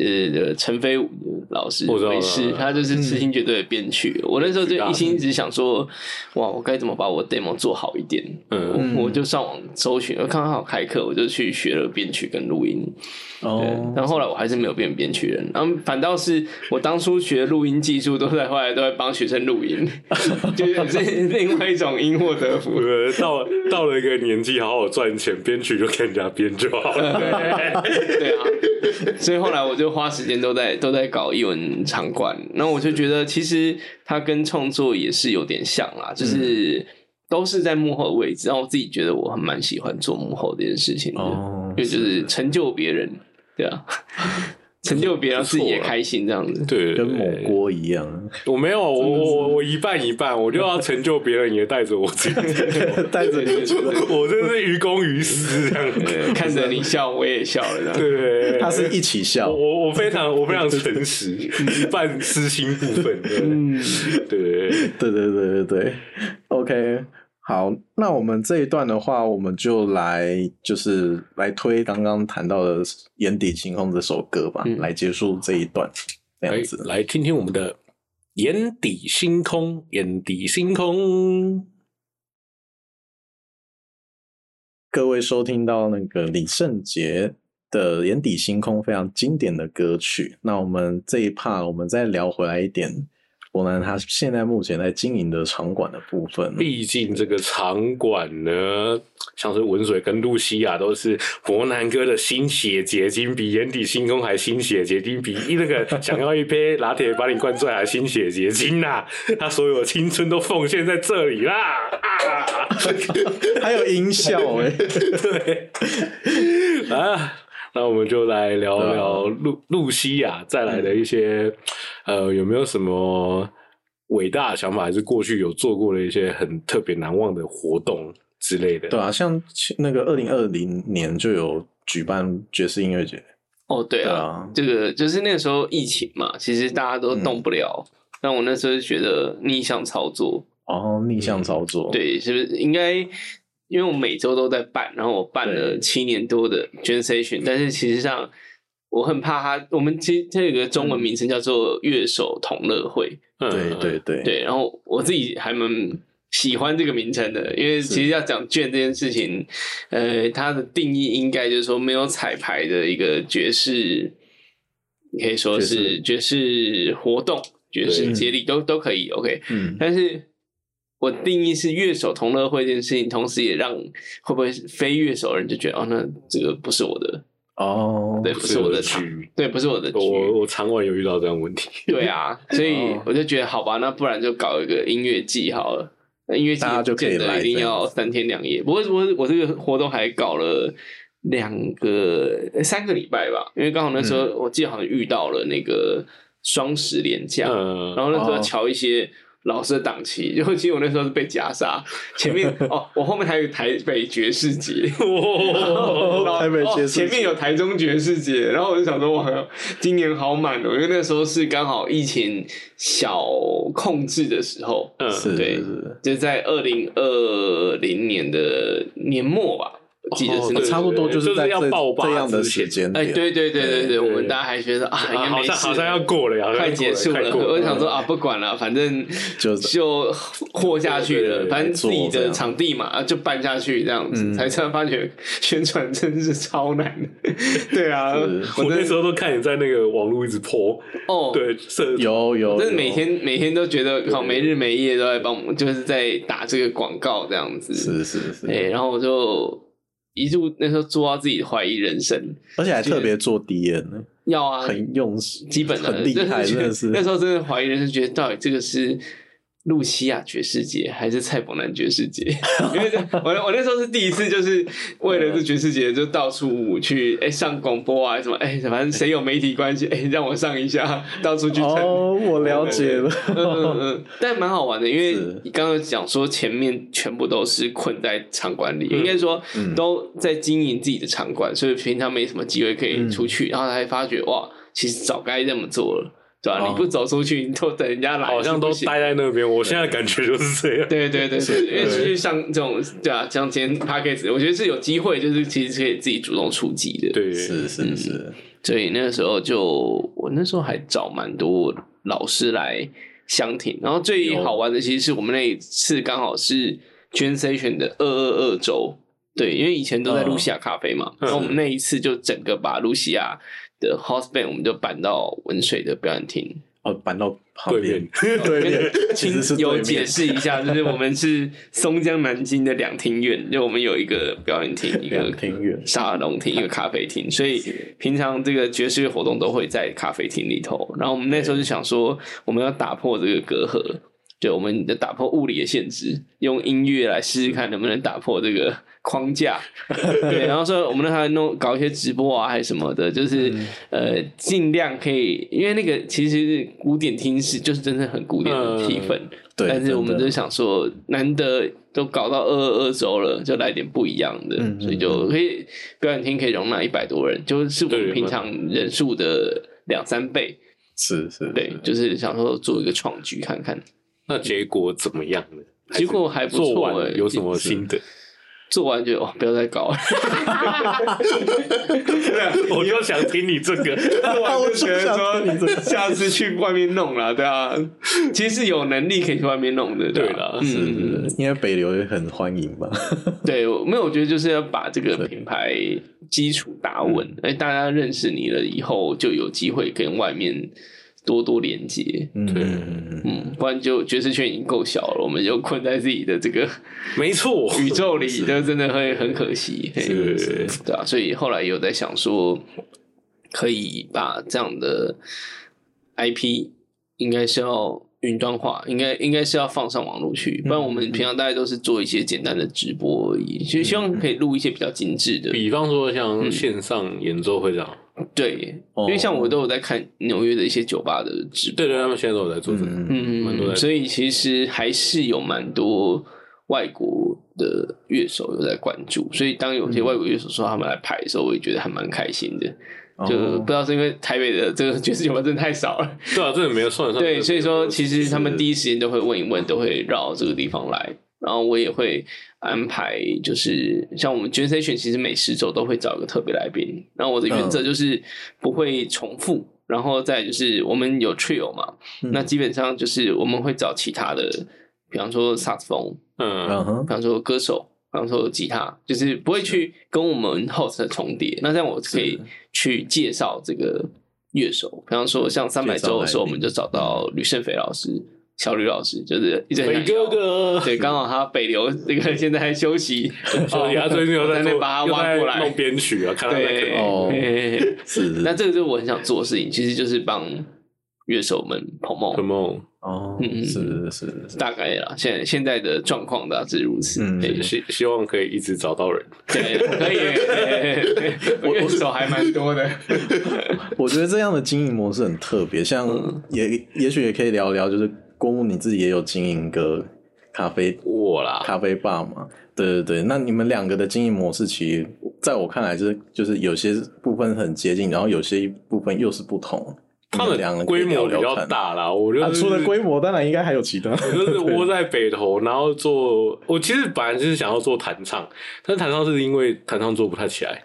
Speaker 4: 呃，陈飞武老师
Speaker 2: 我知道
Speaker 4: 为
Speaker 2: 了，
Speaker 4: 师
Speaker 2: 嗯
Speaker 4: 他就是痴心绝对的编曲。我那时候就一心只想说，哇，我该怎么把我 demo 做好一点？
Speaker 2: 嗯
Speaker 4: 我我就上网搜寻，我看刚好开课，我就去学了编曲跟录音。对，
Speaker 1: 哦，
Speaker 4: 但后来我还是没有变编曲人，然后反倒是我当初学录音技术，都在后来都在帮学生录
Speaker 1: [LAUGHS]
Speaker 4: 音，就是这另外一种因祸得福。
Speaker 2: 呃，到到了一个年纪，好好赚钱，编曲就跟人家编就好 [LAUGHS] 了。
Speaker 4: 对啊，所以后来我就花时间都在都在搞译文场馆，然后我就觉得其实它跟创作也是有点像
Speaker 1: 嗯
Speaker 4: 啦，就是都是在幕后的位置，然后我自己觉得我很蛮喜欢做幕后这件事情的，
Speaker 1: 哦
Speaker 4: 因为就是成就别人，对
Speaker 1: [LAUGHS]
Speaker 4: 啊，成就别人自己也开心这样
Speaker 2: [LAUGHS]
Speaker 4: 子。
Speaker 2: 对，哎
Speaker 1: 跟某锅一样，
Speaker 2: 我没有，我我我一半一半，我就要成就别人，也带着我自己， [LAUGHS]
Speaker 1: 带着你觉得
Speaker 2: 我这是于公于私这样子。
Speaker 4: 对 [LAUGHS] 看着你笑，我也笑了，这样。
Speaker 2: 对，
Speaker 1: 它是一起笑
Speaker 2: 我。我我非常我非常诚实， [LAUGHS] 一半私心部分。嗯，对，
Speaker 1: 对对对对对，OK，好，那我们这一段的话，我们就来就是来推刚刚谈到的《眼底星空》这首歌吧，
Speaker 4: 嗯
Speaker 1: 来结束这一段，这样子。
Speaker 2: 来听听我们的眼底星空，眼底星空。
Speaker 1: 各位收听到那个李圣杰的《眼底星空》非常经典的歌曲。那我们这一趴，我们再聊回来一点，伯南他现在目前在经营的场馆的部分。
Speaker 2: 毕竟这个场馆呢，像是文水跟露西亚都是伯南哥的心血结晶，比眼底星空还心血结晶，比那个想要一杯拿铁把你灌醉还心血结晶呐、 [LAUGHS] 他所有的青春都奉献在这里啦！啊，
Speaker 1: 还有音效哎、
Speaker 2: 对啊。那我们就来聊
Speaker 1: 对啊
Speaker 2: 聊露露西亚再来的一些，呃，有没有什么伟大的想法，还是过去有做过的一些很特别难忘的活动之类的？
Speaker 1: 对啊，像其那个二零二零年就有举办爵士音乐节，
Speaker 4: 哦，对
Speaker 1: 对
Speaker 4: 啊，
Speaker 1: 啊
Speaker 4: 这个就是那个时候疫情嘛，其实大家都动不了。但我那时候就觉得逆向操作，
Speaker 1: 哦，逆向操作，，
Speaker 4: 嗯对，是不是应该？因为我每周都在办，然后我办了
Speaker 1: 对
Speaker 4: 七年多的 Gen Station，但是其实上我很怕它。我们其实它有个中文名称叫做“乐手同乐会
Speaker 2: 嗯
Speaker 1: 对对对”，
Speaker 4: 对，然后我自己还蛮喜欢这个名称的，因为其实要讲卷这件事情，呃，它的定义应该就是说没有彩排的一个爵士，你可以说是爵士活动、爵士
Speaker 1: 对
Speaker 4: 接力都都可以。OK，
Speaker 1: 嗯，
Speaker 4: 但是我定义是乐手同乐会这件事情，同时也让会不会非乐手的人就觉得哦，那这个不是我的，
Speaker 1: 哦，
Speaker 4: 对，
Speaker 2: 不
Speaker 4: 不
Speaker 2: 是
Speaker 4: 是
Speaker 2: 我
Speaker 4: 我
Speaker 2: 的
Speaker 4: 的
Speaker 2: 区
Speaker 4: 场，
Speaker 2: 域。
Speaker 4: 对，不是我的局，
Speaker 2: 我我常晚有遇到这样的问题，
Speaker 4: 对
Speaker 1: [LAUGHS]
Speaker 4: 啊，所以
Speaker 1: 哦
Speaker 4: 我就觉得好吧，那不然就搞一个音乐季好了。那音乐季
Speaker 1: 大家就可以
Speaker 4: 不见得
Speaker 1: 来
Speaker 4: 一定
Speaker 1: 这样
Speaker 4: 要三天两夜。不过我我这个活动还搞了两个呃三个礼拜吧，因为刚好那时
Speaker 1: 嗯
Speaker 4: 候我记得好像遇到了那个双十连假，
Speaker 2: 嗯，
Speaker 4: 然后那时候
Speaker 1: 哦
Speaker 4: 瞧一些老师的档期，因为其实我那时候是被夹杀，
Speaker 2: [LAUGHS]
Speaker 4: 前面哦，我后面还有台北爵士节，
Speaker 1: 台北爵士节
Speaker 4: 哦前面有台中爵士节，然后我就想说哇，今年好满哦，因为那时候是刚好疫情小控制的时候，
Speaker 2: 嗯
Speaker 1: 是
Speaker 4: 对
Speaker 1: 是是，
Speaker 4: 就在二零二零年的年末吧，我记得是那
Speaker 2: 哦
Speaker 4: 个
Speaker 2: 对
Speaker 1: 差不多
Speaker 2: 就是
Speaker 1: 是在
Speaker 2: 要
Speaker 1: 这
Speaker 2: 爆发
Speaker 1: 这样的
Speaker 2: 之前
Speaker 1: 时间
Speaker 4: 哎，
Speaker 1: 点，
Speaker 4: 对对对对对，
Speaker 2: 对
Speaker 4: 我们大家还觉得啊，应该
Speaker 2: 啊好
Speaker 4: 没事
Speaker 2: 像好像要过了，好嗯像
Speaker 4: 快
Speaker 2: 要
Speaker 4: 结束
Speaker 2: 快
Speaker 4: 了，
Speaker 2: 过
Speaker 4: [LAUGHS] 我想说啊，不管了，反正
Speaker 1: 就
Speaker 4: 就豁下去
Speaker 2: 对对
Speaker 4: 了，
Speaker 2: 对
Speaker 4: 反正自己
Speaker 1: 做这
Speaker 4: 的
Speaker 1: 样
Speaker 4: 场地嘛，啊就办下去这样子，
Speaker 1: 嗯
Speaker 4: 才突然发觉宣传真是超难的。 [LAUGHS] 对啊，
Speaker 1: 是
Speaker 2: 我
Speaker 4: 真
Speaker 2: 那
Speaker 4: 的
Speaker 2: 时候都看你在那个网络一直泼，
Speaker 4: 哦，
Speaker 2: 对，社
Speaker 1: 有有，
Speaker 4: 真的
Speaker 1: 有
Speaker 4: 每天每天都觉得好没日没夜都在帮我们，就是在打这个广告这样子。
Speaker 1: 是是是，
Speaker 4: 对，然后我就一度那时候做到自己怀疑人生，
Speaker 1: 而且还特别做 DM 呢，
Speaker 4: 要啊，
Speaker 1: 很用心，
Speaker 4: 基本的
Speaker 1: 很厉害，真的是
Speaker 4: 那时候真的怀疑人生，觉得到底这个是露西亚爵士节还是蔡伯南爵士
Speaker 1: [LAUGHS]
Speaker 4: 节？因为我我那时候是第一次，就是为了这爵士节就到处去哎、上广播啊什么哎、反正谁有媒体关系哎、让我上一下，到处去蹭。
Speaker 1: 哦，我了解了，
Speaker 4: 嗯
Speaker 2: [LAUGHS]
Speaker 4: 嗯嗯，但蛮好玩的，因为
Speaker 1: 是
Speaker 4: 你刚刚讲说前面全部都是困在场馆里，
Speaker 2: 嗯
Speaker 4: 应该说
Speaker 1: 嗯
Speaker 4: 都在经营自己的场馆，所以平常没什么机会可以出
Speaker 2: 嗯
Speaker 4: 去，然后才发觉哇，其实早该这么做了，对吧、
Speaker 1: 哦
Speaker 4: 你不走出去，你都等人家来，
Speaker 2: 好像都
Speaker 4: 是不行
Speaker 2: 待在那边。我现在感觉就是这样。
Speaker 4: 对对对对，因为出去上这种对啊，像今天 p a c k a g e 我觉得是有机会，就是其实是可以自己主动出击的。，
Speaker 2: 对，
Speaker 1: 是
Speaker 4: 嗯
Speaker 1: 是是，
Speaker 4: 所以那个时候就我那时候还找蛮多老师来相挺，然后最好玩的其实是我们那一次刚好是 Gen Station 的二二二周，对，因为以前都在
Speaker 1: 嗯
Speaker 4: 露西亚咖啡嘛，
Speaker 2: 嗯
Speaker 4: 然后我们那一次就整个把露西亚的 House Band 我们就搬到文水的表演厅，
Speaker 1: 哦，搬到旁
Speaker 2: 对
Speaker 1: 边
Speaker 2: 面，
Speaker 4: [LAUGHS]
Speaker 1: 对面其
Speaker 4: 请
Speaker 1: 实是
Speaker 4: 有
Speaker 1: 对
Speaker 4: 解
Speaker 1: 面，
Speaker 4: 释一下，就是我们是松江南京的两厅院，就我们有一个表演
Speaker 1: [LAUGHS]
Speaker 4: 厅，一个
Speaker 1: 两厅院
Speaker 4: 沙龙厅，一个咖啡厅，所以平常这个爵士乐活动都会在咖啡厅里头。然后我们那时候就想说，我们要打破这个隔阂，对，我们的打破物理的限制，用音乐来试试看能不能打破这个框架。对，然后说我们还弄搞一些直播啊，还是什么的，就是、呃，尽量可以，因为那个其实是古典厅是就是真的很古典的气氛，
Speaker 1: 对，
Speaker 4: 但是我们
Speaker 1: 真
Speaker 4: 就
Speaker 1: 的
Speaker 4: 想说，难得都搞到二二二周了，就来点不一样的，
Speaker 1: 嗯嗯
Speaker 4: 所以就可以表演厅可以容纳一百多人，就是我
Speaker 2: 对
Speaker 4: 们平常人数的两三倍，
Speaker 1: 是是，
Speaker 4: 对，就是想说做一个创举看看，
Speaker 2: 那结果怎么样呢？
Speaker 4: 结果还不
Speaker 2: 做
Speaker 4: 错、欸，
Speaker 2: 完有什么心得？
Speaker 4: 做完就哦，不要再搞了。
Speaker 2: [LAUGHS] 我就想听你这个。
Speaker 4: 做完就觉得
Speaker 1: 我就想听你这
Speaker 4: 说
Speaker 1: 个
Speaker 4: 下次去外面弄了，对啊， [LAUGHS] 其实是有能力可以去外面弄的，
Speaker 2: 对啦
Speaker 4: 了，
Speaker 1: 是
Speaker 4: 嗯，
Speaker 1: 是，是因为北流也很欢迎嘛，
Speaker 4: [LAUGHS] 对，我没有，我觉得就是要把这个品牌基础打稳，哎，大家认识你了以后，就有机会跟外面多多连接。
Speaker 1: 嗯
Speaker 2: 对
Speaker 1: 嗯，嗯
Speaker 4: 嗯，不然就爵士圈已经够小了，我们就困在自己的这个
Speaker 2: 没错，
Speaker 4: 宇宙里，就真的会很可惜。嘿
Speaker 2: 是是
Speaker 4: 对啊，所以后来有在想说，可以把这样的 IP，应该是要云端化，应该应该是要放上网络去，
Speaker 2: 嗯
Speaker 4: 不然我们平常大家都是做一些简单的直播而已，就希望可以录一些比较精致
Speaker 2: [LAUGHS]
Speaker 4: 的。
Speaker 2: 嗯比方说像线上演奏会这样，
Speaker 4: 对，
Speaker 1: 哦
Speaker 4: 因为像我都有在看纽约的一些酒吧的直播，
Speaker 2: 对对，他们现在都有在做这个。
Speaker 1: 嗯
Speaker 2: 蛮多
Speaker 4: 嗯，
Speaker 2: 在
Speaker 4: 所以其实还是有蛮多外国的乐手有在关注，所以当有
Speaker 2: 嗯
Speaker 4: 些外国乐手说他们来拍的时候，我也觉得还蛮开心的。就
Speaker 1: 哦
Speaker 4: 不知道是因为台北的这个 [LAUGHS] 爵士酒吧真的太少了，
Speaker 2: 对啊，这个没有算算。
Speaker 4: 对，所以说其实他们第
Speaker 2: 一
Speaker 4: 一时间都会问一问，都会绕这个地方来。然后我也会安排，就是像我们 j u n Station，其实每十周都会找一个特别来宾。然后我的原则就是不会重复，然后再就是我们有 trio 嘛，
Speaker 1: 嗯
Speaker 4: 那基本上就是我们会找其他的，比方说萨克斯风，
Speaker 2: 嗯
Speaker 1: 嗯哼
Speaker 4: 比，方说歌手，比方说吉他，就是不会去跟我们 host 的重叠。那这样我可以去介绍这个乐手，比方说像三百周的时候，我
Speaker 1: 介绍来宾
Speaker 4: 们就找到吕胜斐老师、小吕老师，就是一直很
Speaker 2: 北
Speaker 4: 想
Speaker 2: 哥
Speaker 4: 要。
Speaker 2: 哥，
Speaker 4: 对，刚好他北流那个现在还休息， [LAUGHS]
Speaker 2: 所以哦他最近有
Speaker 4: 哦在
Speaker 2: 在
Speaker 4: 那边
Speaker 2: 做
Speaker 4: 把他挖过
Speaker 2: 又在
Speaker 4: 来
Speaker 2: 弄。编曲啊，看他在
Speaker 4: 对，
Speaker 2: 干嘛
Speaker 1: 哦
Speaker 4: 嘿嘿嘿
Speaker 1: 是
Speaker 4: 那这个就是我很想做的事情，其实就是帮乐手们捧梦。
Speaker 2: 什么
Speaker 1: 哦，
Speaker 4: 嗯嗯嗯
Speaker 1: 是是是是，
Speaker 4: 大概啦，现在现在的状况大致如此。
Speaker 1: 嗯
Speaker 4: 对
Speaker 2: 希希望可以一直找到人。
Speaker 4: 对，可以，我 [LAUGHS] 我手还蛮多的。
Speaker 1: 我觉得这样的经营模式很特别，像
Speaker 4: 嗯
Speaker 1: 也也许也可以聊聊，就是公务你自己也有经营个咖啡
Speaker 2: 我啦，
Speaker 1: 咖啡吧嘛。对对对，那你们两个的经营模式，其实在我看来就是就是有些部分很接近，然后有些部分又是不同。
Speaker 2: 他
Speaker 1: 你
Speaker 2: 们
Speaker 1: 两个可
Speaker 2: 规
Speaker 1: 以
Speaker 2: 模
Speaker 1: 聊
Speaker 2: 比
Speaker 1: 聊
Speaker 2: 较
Speaker 1: 看，
Speaker 2: 大啦，我就
Speaker 1: 啊，
Speaker 2: 是
Speaker 1: 除了规模，当然应该还有其他。
Speaker 2: 我就是窝在北投，然后做我其实本来是想要做弹唱，但是弹唱是因为弹唱做不太起来，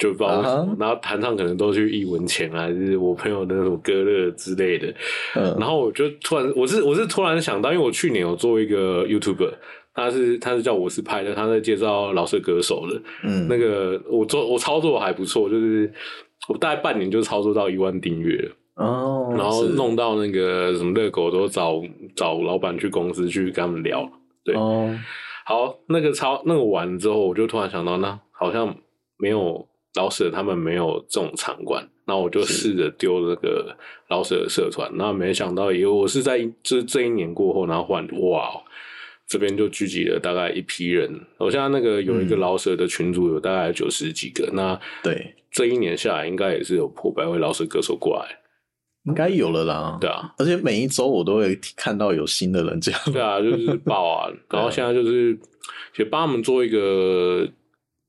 Speaker 2: 就不知道为什么。
Speaker 1: 啊哈
Speaker 2: 然后弹唱可能都去易文前啊，就是我朋友的那种歌乐之类的。
Speaker 1: 嗯
Speaker 2: 然后我就突然，我是我是突然想到，因为我去年有做一个 YouTuber，他是他是叫我是派的，他在介绍老式歌手的。
Speaker 1: 嗯，
Speaker 2: 那个我做我操作还不错，就是我大概半年就操作到一万订阅了。
Speaker 1: 哦，
Speaker 2: 然后
Speaker 1: 是
Speaker 2: 弄到那个什么热狗都找找老板去公司去跟他们聊。对
Speaker 1: 哦，
Speaker 2: 好，那个超那个完了之后，我就突然想到，那好像没有老舍他们没有这种场馆，那我就试着丢那个老舍的社团，那没想到也我是在这这一年过后，然后换哇哦。这边就聚集了大概一批人，我现在那个有一个
Speaker 1: 嗯
Speaker 2: 老舍的群组，有大概九十几个。那
Speaker 1: 对，
Speaker 2: 这一年下来，应该也是有破百位老舍歌手过来，
Speaker 1: 应该有了啦。
Speaker 2: 嗯对啊。
Speaker 1: 而且每一周我都会看到有新的人加入
Speaker 2: 对啊，就是爆
Speaker 1: [LAUGHS]
Speaker 2: 啊，然后现在就是也帮他们做一个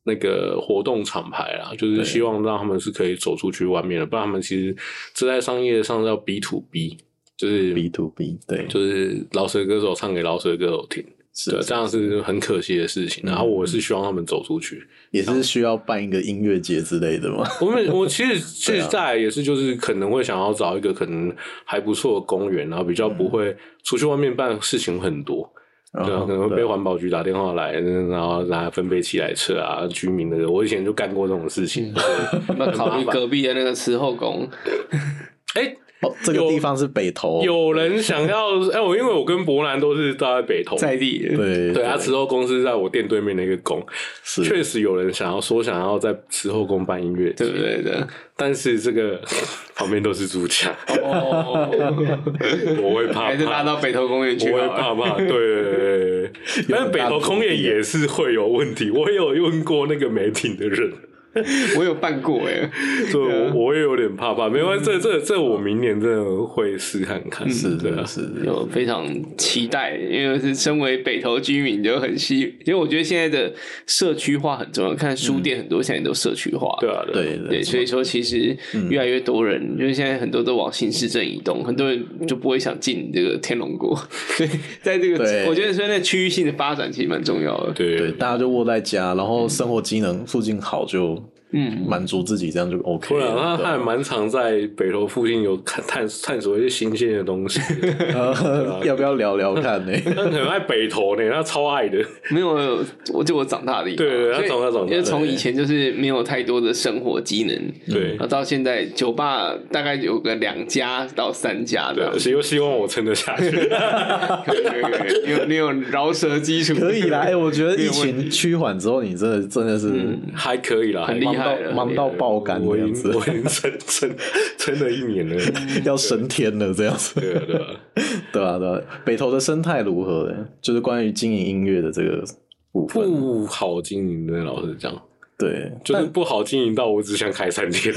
Speaker 2: 那个活动厂牌啦，就是
Speaker 1: 对
Speaker 2: 希望让他们是可以走出去外面的，不然他们其实这在商业上叫 B to B，就是
Speaker 1: B to B，对，
Speaker 2: 就是老舌歌手唱给老舌歌手听，
Speaker 1: 是嗯
Speaker 2: 对，这样是很可惜的事情。然后我是希望他们走出去，
Speaker 1: 也是需要办一个音乐节之类的嘛。
Speaker 2: 我们我其
Speaker 1: [LAUGHS]
Speaker 2: 实
Speaker 1: 对啊
Speaker 2: 现在也是，就是可能会想要找一个可能还不错的公园，然后比较
Speaker 1: 嗯
Speaker 2: 不会出去外面办事情很多，对
Speaker 1: 哦
Speaker 2: 啊，可能会被环保局打电话来，然后拿分贝器来测啊，居民的。我以前就干过这种事情。 [LAUGHS]
Speaker 4: 那考虑隔壁的那个慈后宫，
Speaker 2: 哎，
Speaker 1: 哦，这个
Speaker 2: 有
Speaker 1: 地方是北投，
Speaker 2: 有人想要哎，我因为我跟伯南都是在北投，
Speaker 4: 在地
Speaker 1: 对
Speaker 2: 对啊，慈后宫是在我店对面的一个宫，
Speaker 1: 是
Speaker 2: 确实有人想要说想要在慈后宫办音乐节
Speaker 4: 对，不对的？
Speaker 2: 但是这个旁边都是住家，
Speaker 4: [LAUGHS] 哦，
Speaker 2: 我会怕
Speaker 4: 还是拉
Speaker 2: 怕。
Speaker 4: 到北投公园去啊
Speaker 2: 我
Speaker 4: 好
Speaker 2: 会
Speaker 4: 了
Speaker 2: 怕怕，对对对对
Speaker 4: [LAUGHS]
Speaker 2: 对，但是北投公园也是会有问题，我也有问过那个媒体的人，
Speaker 4: 我有办过哎，
Speaker 2: 所以我我也有点怕怕。没关系，这这这我明年真的会试看看。
Speaker 1: 是
Speaker 2: 对啊
Speaker 1: 嗯是，是，
Speaker 4: 有非常期待，因为是身为北投居民就很希，因为我觉得现在的社区化很重要，看书店很多现在都社区化，
Speaker 2: 对啊，啊
Speaker 1: 对
Speaker 4: 对，
Speaker 1: 对
Speaker 4: 所以说其实越来越多人，就是现在很多都往新市镇移动，很多人就不会想进这个天龙国。对，在这个
Speaker 1: 对
Speaker 4: 我觉得所以那区域性的发展其实蛮重要的。
Speaker 2: 对
Speaker 1: 对，大家就窝在家，然后生活机能附近好就
Speaker 4: 嗯，
Speaker 1: 满足自己，这样就 OK
Speaker 2: 不然啊他
Speaker 1: 了。对啊
Speaker 2: 他还蛮常在北投附近有看探探索一些新鲜的东西，
Speaker 1: [LAUGHS] 呃要不要聊聊看呢？ [LAUGHS]
Speaker 2: 他很爱北投呢，他超爱的。
Speaker 4: 没有，我就我长大的地方，
Speaker 2: 对对对
Speaker 4: 所
Speaker 2: 他
Speaker 4: 以
Speaker 2: 长大长大
Speaker 4: 因为从嗯以前就是没有太多的生活机能，
Speaker 2: 对
Speaker 4: 然后到现在酒吧大概有个两家到三家
Speaker 2: 对
Speaker 4: 的
Speaker 2: 啊，，所以又希望我撑得下去。
Speaker 4: 可以可以可以你有你有饶舌基础，
Speaker 1: 可以啦，哎，我觉得
Speaker 4: 没
Speaker 1: 疫
Speaker 4: 有问
Speaker 2: 嗯
Speaker 1: 情趋缓之后，你真的真的是
Speaker 2: 还可以啦，
Speaker 4: 很厉害害
Speaker 1: 到
Speaker 4: 了
Speaker 1: 忙到爆肝
Speaker 2: 我
Speaker 1: 这
Speaker 2: 已
Speaker 1: 样子
Speaker 2: 经，我已经撑撑撑了一年了。
Speaker 1: [LAUGHS] 要升天了这样子。
Speaker 2: [LAUGHS] 对啊，对啊，
Speaker 1: [LAUGHS] 对啊，对啊，北投的生态如何呢？就是关于经营音乐的这个部分，
Speaker 2: 不好经营的，老实讲，
Speaker 1: 对，
Speaker 2: 就是
Speaker 1: 但
Speaker 2: 不好经营到我只想开餐厅。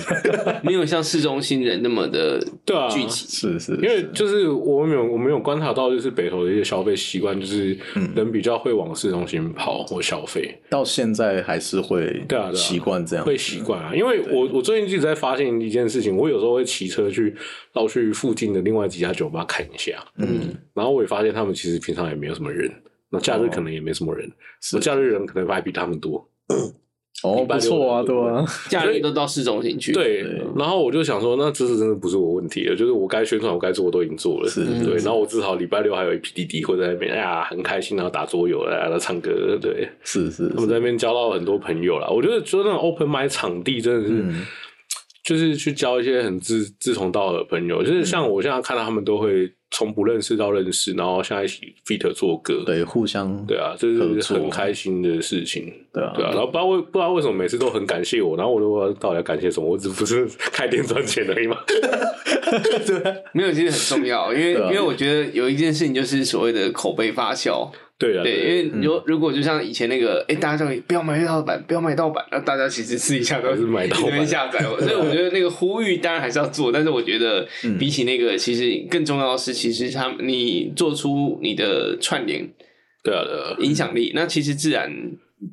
Speaker 4: 没有像市中心人那么的
Speaker 2: 对啊，
Speaker 4: 聚集，
Speaker 1: 是是，
Speaker 2: 因为就是我们有我们有观察到，就是北投的一些消费习惯，就是
Speaker 4: 嗯
Speaker 2: 人比较会往市中心跑或消费，
Speaker 1: 到现在还是会
Speaker 2: 对啊对啊
Speaker 1: 习惯这样，
Speaker 2: 会习惯啊。因为我我最近一直在发现一件事情，我有时候会骑车去绕去附近的另外几家酒吧看一下，
Speaker 1: 嗯，
Speaker 2: 然后我也发现他们其实平常也没有什么人，那假
Speaker 4: 哦
Speaker 2: 日可能也没什么人，我假日人可能还比他们多。
Speaker 1: 哦，
Speaker 2: 一般
Speaker 1: 不错啊，
Speaker 2: 就
Speaker 1: 对啊，
Speaker 4: 假日都到市中心去。，
Speaker 2: 对，然后我就想说，那这是真的不是我问题了，就是我该宣传我该做我都已经做了，
Speaker 1: 是
Speaker 2: 对，
Speaker 1: 是
Speaker 2: 然后我至少礼拜六还有一批弟弟会在那边，哎呀，很开心，然后打桌游啦，然后唱歌，对，
Speaker 1: 是是
Speaker 2: 他们
Speaker 1: 是
Speaker 2: 在那边交到很多朋友啦。我觉得说那种 open m i 场地真的是。
Speaker 1: 嗯
Speaker 2: 就是去交一些很志志同道合的朋友，就是
Speaker 1: 嗯
Speaker 2: 像我现在看到他们都会从不认识到认识，然后现在一起 fit 做歌，
Speaker 1: 对，互相
Speaker 2: 对啊，这
Speaker 1: 合
Speaker 2: 是
Speaker 1: 作
Speaker 2: 很开心的事情。
Speaker 1: 对啊
Speaker 2: 对啊，然后不知道为不知道为什么每次都很感谢我，然后我都不知道到底要感谢什么，我只不是开店赚钱而已嘛。
Speaker 4: 没有其实很重要，因为
Speaker 1: 对啊
Speaker 4: 因为我觉得有一件事情就是所谓的口碑发酵。
Speaker 2: 对啊，
Speaker 4: 对，因
Speaker 2: 对，
Speaker 4: 为如如果就像以前那个，哎，大家叫你不要买盗版，不要买盗版，那大家其实私底下都
Speaker 2: 还是买盗版
Speaker 4: 一直在下载。所以我觉得那个呼吁当然还是
Speaker 2: [LAUGHS]
Speaker 4: 要做，但是我觉得
Speaker 2: 嗯
Speaker 4: 比起那个，其实更重要的是，其实他们你做出你的串联呃
Speaker 2: 对啊，对啊，
Speaker 4: 影响力，那其实自然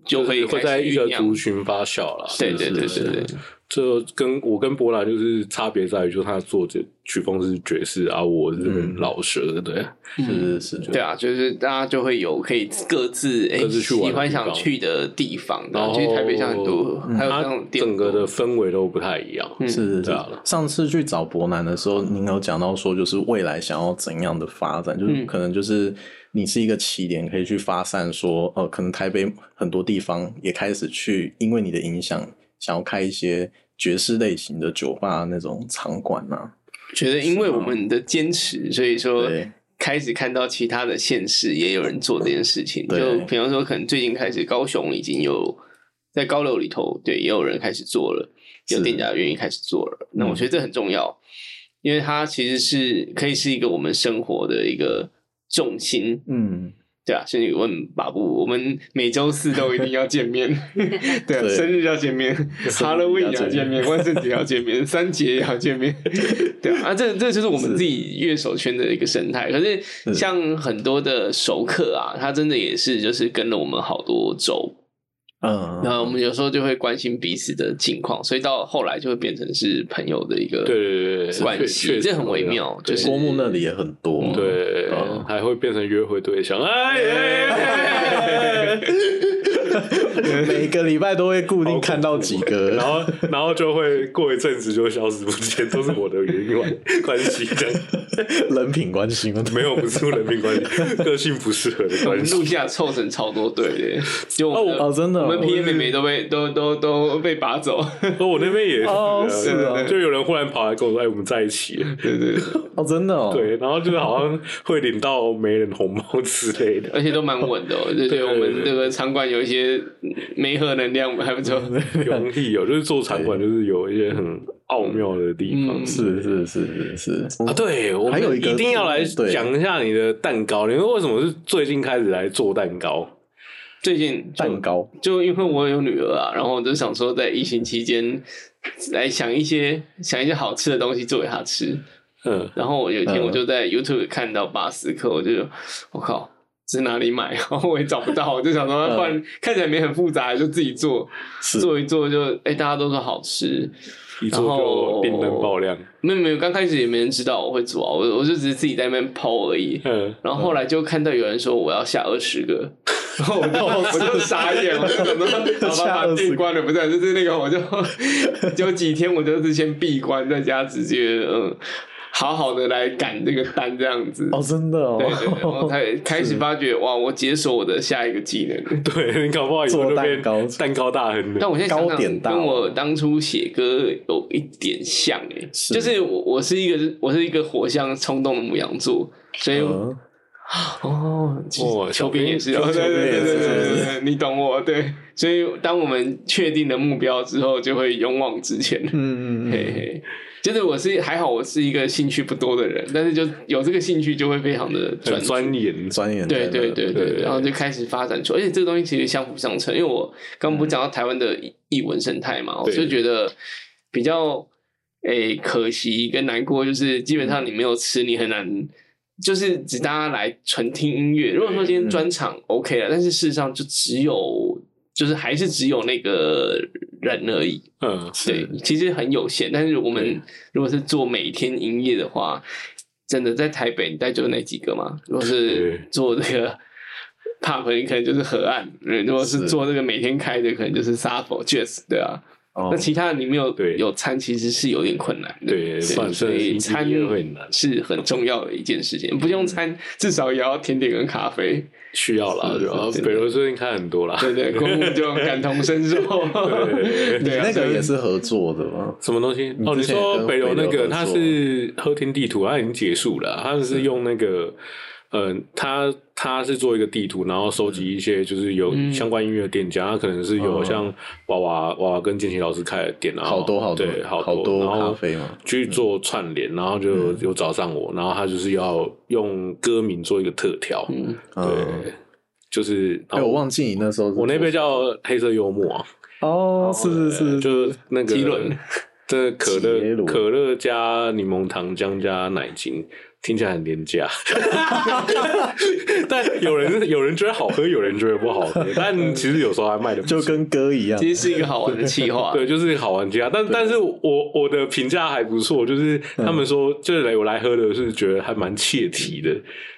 Speaker 4: 就可以
Speaker 2: 会
Speaker 4: 开
Speaker 2: 在
Speaker 4: 始
Speaker 2: 一个
Speaker 4: 酝酿
Speaker 2: 族群发酵啦。
Speaker 4: 对对对
Speaker 2: 是是
Speaker 4: 对对，
Speaker 2: 这跟我跟波兰就是差别在于，就是他做这曲风是爵士啊，我是老舌，对，
Speaker 1: 是是
Speaker 2: 嗯
Speaker 1: 是，
Speaker 4: 对啊，就是大家就会有可以各自哎、
Speaker 2: 各自去
Speaker 4: 喜
Speaker 2: 玩的
Speaker 4: 欢
Speaker 2: 地
Speaker 4: 想
Speaker 2: 方
Speaker 4: 去的地方的，
Speaker 2: 然
Speaker 4: 其实台北像很
Speaker 2: 后
Speaker 4: 多，还有
Speaker 2: 嗯它
Speaker 4: 那种店
Speaker 2: 整个
Speaker 4: 多
Speaker 2: 的氛围都不太一样。
Speaker 4: 嗯
Speaker 1: 是是
Speaker 2: 对
Speaker 1: 是
Speaker 2: 啊。
Speaker 1: 上次去找伯南的时候，您有讲到说，就是未来想要怎样的发展，就是
Speaker 4: 嗯
Speaker 1: 可能就是你是一个起点，可以去发散说，呃，可能台北很多地方也开始去，因为你的影响，想要开一些爵士类型的酒吧那种场馆啊。
Speaker 4: 觉得，因为我们的坚
Speaker 2: 嗯
Speaker 4: 持，所以说
Speaker 1: 对
Speaker 4: 开始看到其他的县市也有人做这件事情。
Speaker 1: 对
Speaker 4: 就比方说，可能最近开始，高雄已经有在高楼里头，对，也有人开始做了，有
Speaker 1: 是
Speaker 4: 店家愿意开始做了。那我觉得这很重要，因为它其实是可以是一个我们生活的一个重心。
Speaker 1: 嗯，
Speaker 4: 对啊，甚至问巴布，我们每周四都一定要见面，对啊，
Speaker 1: 对
Speaker 4: 生日要见面，Halloween [LAUGHS] 也要见面，万圣节要见面，三节也要
Speaker 2: [LAUGHS]
Speaker 4: 见面，对啊，啊这这就是我们自己乐手圈的一个生态。可是像很多的熟客啊，他真的也是就是跟了我们好多周，
Speaker 1: 嗯，
Speaker 4: 那我们有时候就会关心彼此的近况，所以到后来就会变成是朋友的一个
Speaker 2: 对对对对，
Speaker 4: 关
Speaker 2: 确
Speaker 4: 系，
Speaker 2: 实
Speaker 4: 这很微妙，
Speaker 2: 对
Speaker 4: 就是
Speaker 1: 郭牧那里也很多，
Speaker 2: 对
Speaker 1: 嗯，
Speaker 2: 还会变成约会对象。哎哎哎哎，
Speaker 1: 每个礼拜都会固定看到几个，
Speaker 2: 然后然后就会过一阵子就消失不见，都是我的原因关关系这样。
Speaker 1: [LAUGHS] 人品关系吗？
Speaker 2: 没有，不是人品关系，个性不适合的
Speaker 4: 我
Speaker 2: 关
Speaker 4: 们
Speaker 2: 系。
Speaker 4: 录下凑成超多队的，就我们
Speaker 1: 哦真的哦
Speaker 4: 我们 P M 妹妹都被都都都被拔
Speaker 1: [LAUGHS]
Speaker 4: 走，
Speaker 2: 说我那边也是
Speaker 1: 哦是
Speaker 2: 啊，
Speaker 1: 哦
Speaker 2: 就有人忽然跑来跟我说：“哎，我们在一起了。
Speaker 4: 对对对，
Speaker 1: 哦，真的哦，”，
Speaker 2: 对，然后就是好像会领到媒人红包之类的。
Speaker 4: 而且都蛮稳的、哦，就
Speaker 2: 对
Speaker 4: 对我们这个场馆有一些没核能量，还不错。
Speaker 1: [LAUGHS]
Speaker 2: 容易有，哦就是做场馆，就是有一些很奥妙的地方。
Speaker 4: 嗯
Speaker 1: 是是是是是
Speaker 2: 啊，，对，我
Speaker 1: 还有
Speaker 2: 们
Speaker 1: 一个
Speaker 2: 定要来
Speaker 1: 对
Speaker 2: 讲一下你的蛋糕。你们为什么是最近开始来做蛋糕？
Speaker 4: 最近就
Speaker 1: 蛋糕
Speaker 4: 就因为我有女儿啊，然后我就想说，在疫情期间来想一些想一些好吃的东西做给她吃。
Speaker 2: 嗯，
Speaker 4: 然后我有一天
Speaker 1: 嗯
Speaker 4: 我就在 YouTube 看到巴斯克，我就我靠。这哪里买？ [LAUGHS] 然后我也找不到，我就想说，
Speaker 1: 嗯
Speaker 4: 不然看起来没很复杂，就自己做，
Speaker 1: 是
Speaker 4: 做一做就，哎、大家都说好吃，
Speaker 2: 一做就订单爆量。
Speaker 4: 没有没有，刚开始也没人知道我会做啊，我我就只是自己在那边抛而已。
Speaker 2: 嗯，
Speaker 4: 然后后来就看到有人说我要下二十个，然后我就 [LAUGHS] 我就傻眼，我就想说，好
Speaker 1: 下
Speaker 4: 吧，把
Speaker 1: 20
Speaker 4: 店关了，不是，啊就是那个，我就 [LAUGHS] 有几天我就是先闭关，在家直接嗯，好好的来赶这个单这样子。
Speaker 1: 哦，真的哦，
Speaker 4: 对对，对然后才开始发觉哇，我解锁我的下一个技能。
Speaker 2: [LAUGHS] 对你搞不好以后就变
Speaker 1: 做蛋糕
Speaker 2: 蛋糕大亨了。
Speaker 4: 但我现在想
Speaker 1: 糕
Speaker 4: 想，
Speaker 1: 点大
Speaker 4: 跟我当初写歌有一点像欸哎、就是我我是一个我是一个火象冲动的母羊座，所以
Speaker 1: 嗯
Speaker 4: 哦，其实
Speaker 2: 哦
Speaker 4: 邱斌也是哦，
Speaker 2: 邱
Speaker 4: 对
Speaker 2: 斌
Speaker 4: 对
Speaker 1: 也
Speaker 4: 对
Speaker 1: 是
Speaker 4: 对
Speaker 1: 是
Speaker 4: 对
Speaker 1: 是
Speaker 4: 对对，你懂我对。所以当我们确定了目标之后，就会勇往直前。
Speaker 1: 嗯嗯
Speaker 4: 嘿
Speaker 1: 嗯，
Speaker 4: 嘿，就是我是还好，我是一个兴趣不多的人，但是就有这个兴趣就会非常的
Speaker 2: 很
Speaker 4: 专注。
Speaker 2: 钻研，
Speaker 1: 专业
Speaker 4: 对对对
Speaker 2: 对
Speaker 4: 对，然后就开始发展出，而且这个东西其实相辅相成，因为我刚刚不讲到台湾的译文生态嘛，我
Speaker 2: 嗯对
Speaker 4: 就觉得比较诶、可惜跟难过，就是基本上你没
Speaker 2: 嗯
Speaker 4: 有吃，你很难。就是只大家来纯听音乐，如果说
Speaker 2: 嗯
Speaker 4: 今天专场 OK 了，但是事实上就只有，就是还是只有那个人而已。
Speaker 2: 嗯，
Speaker 4: 对，其实很有限。但是我们如果是做每天营业的话，真的在台北，你带就那几个嘛。如果是
Speaker 2: 对
Speaker 4: 做这个 pub，你可能就是河岸；嗯如果是
Speaker 1: 是
Speaker 4: 做这个每天开的，可能就是 s a f o Jazz，对啊。
Speaker 1: 哦
Speaker 4: 那，其他的你没有
Speaker 2: 对
Speaker 4: 有餐，其实是有点困难的。
Speaker 2: 对饭
Speaker 4: 所以
Speaker 2: 甚至
Speaker 4: 餐
Speaker 2: 营业会嗯很难
Speaker 4: 是很重要的一件事情。不用餐，至少也要甜点跟咖啡。
Speaker 2: 需要啦，
Speaker 4: 是是
Speaker 2: 然后
Speaker 4: 真的
Speaker 2: 北罗最近看很多啦，
Speaker 4: 对对，公务就感同身受。
Speaker 2: 对
Speaker 4: [LAUGHS] 对啊，
Speaker 1: 那
Speaker 4: 所
Speaker 1: 个
Speaker 4: 以
Speaker 1: 也是合作的吗？
Speaker 2: 什么东西？哦，
Speaker 1: 你
Speaker 2: 你
Speaker 1: 之前也
Speaker 2: 说
Speaker 1: 跟
Speaker 2: 北流那
Speaker 1: 北流
Speaker 2: 个，
Speaker 1: 合作
Speaker 2: 它是和田地图，它已经结束了啊，它是用那个，呃，它它是做一个地图，然后收集一些就是有
Speaker 4: 嗯
Speaker 2: 相关音乐店家，它可能是有
Speaker 1: 嗯
Speaker 2: 像娃娃娃娃跟建奇老师开的店啊，
Speaker 1: 好多好多
Speaker 2: 对，
Speaker 1: 好
Speaker 2: 多，
Speaker 1: 多
Speaker 2: 然后
Speaker 1: 咖啡嘛嗯
Speaker 2: 去做串联，然后就有找上我，然后他就是要用歌名做一个特调，
Speaker 4: 嗯
Speaker 1: 嗯
Speaker 2: 对，就是，
Speaker 1: 哎，我忘记你那时候是
Speaker 2: 我那
Speaker 1: 做
Speaker 2: 杯叫黑色幽默啊，
Speaker 1: 哦，是是是，
Speaker 2: 就是 [LAUGHS] 那个
Speaker 4: 吉伦，
Speaker 2: 这可
Speaker 1: 吉
Speaker 2: 乐
Speaker 1: 伦
Speaker 2: 可乐加柠檬糖浆加奶精，听起来很廉价， [LAUGHS] 但有人有人觉得好喝，有人觉得不好
Speaker 1: [LAUGHS]
Speaker 2: 喝，但其实有时候还卖的
Speaker 1: 就跟歌一样，
Speaker 4: 其实是一个好玩的企划。
Speaker 2: 对，就是好玩家，但但是我我的评价还不错，就是他
Speaker 1: 嗯
Speaker 2: 们说，就是来我来喝的是觉得还蛮切题的，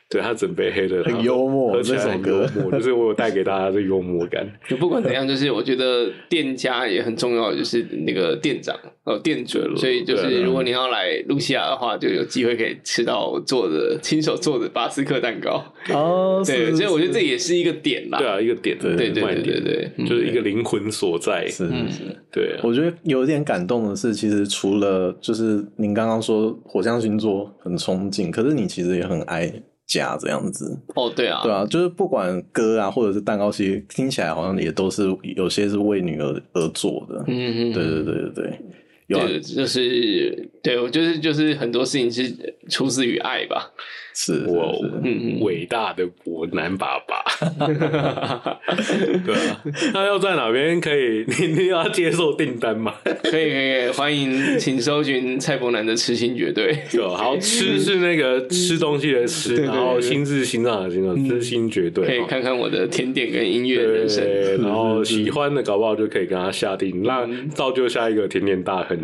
Speaker 2: 对他整杯黑的
Speaker 1: 很幽默
Speaker 2: 喝起来
Speaker 1: 这首
Speaker 2: 很
Speaker 1: 歌
Speaker 2: 幽默，就是我有带给大家的幽默
Speaker 1: [LAUGHS]
Speaker 2: 感，
Speaker 4: 就不管怎样，就是我觉得店家也很重要，就是那个店长呃店主，所以就
Speaker 2: 对
Speaker 4: 是
Speaker 2: 啊
Speaker 4: 如果你要来露西亚的话，就有机会可以吃到我做的亲手做的巴斯克蛋糕。
Speaker 1: 哦，
Speaker 4: 对，
Speaker 1: 是
Speaker 4: 所以我觉得这
Speaker 1: 是
Speaker 4: 也是一个点啦。
Speaker 2: 对啊，一个点，
Speaker 1: 对
Speaker 4: 对对
Speaker 2: 卖
Speaker 4: 对对
Speaker 2: 点，
Speaker 4: 对，嗯
Speaker 2: 就是一个灵魂所在，
Speaker 1: 是
Speaker 4: 嗯
Speaker 2: 对啊。
Speaker 1: 我觉得有点感动的是，其实除了就是您刚刚说火象星座很冲劲，可是你其实也很爱家这样子，
Speaker 4: 哦对啊
Speaker 1: 对，啊，就是不管歌啊或者是蛋糕，其实听起来好像也都是有些是为女儿而做的，
Speaker 4: 嗯嗯，嗯
Speaker 1: 对对对对对，有啊
Speaker 4: 对，就是对我就是就是很多事情是出自于爱吧。
Speaker 1: 是是
Speaker 2: 我
Speaker 1: 是
Speaker 4: 嗯嗯
Speaker 2: 伟大的伯南爸
Speaker 4: [LAUGHS]
Speaker 2: 爸，对啊，那要在哪边可以？你你要接受订单
Speaker 4: [LAUGHS]
Speaker 2: 吗？
Speaker 4: 可以可以可以，欢迎请搜寻蔡伯南的痴心绝对。
Speaker 2: 对啊，好吃是那个吃东西的吃，
Speaker 4: 嗯对对
Speaker 2: 然后
Speaker 4: 对
Speaker 2: 心是心脏的心，知心绝对。
Speaker 4: 可以
Speaker 2: 哦
Speaker 4: 看看我的甜点跟音乐
Speaker 2: 对
Speaker 4: 人生。，嗯
Speaker 2: 然后喜欢的搞不好就可以跟他下定，让造就下一个甜甜大亨。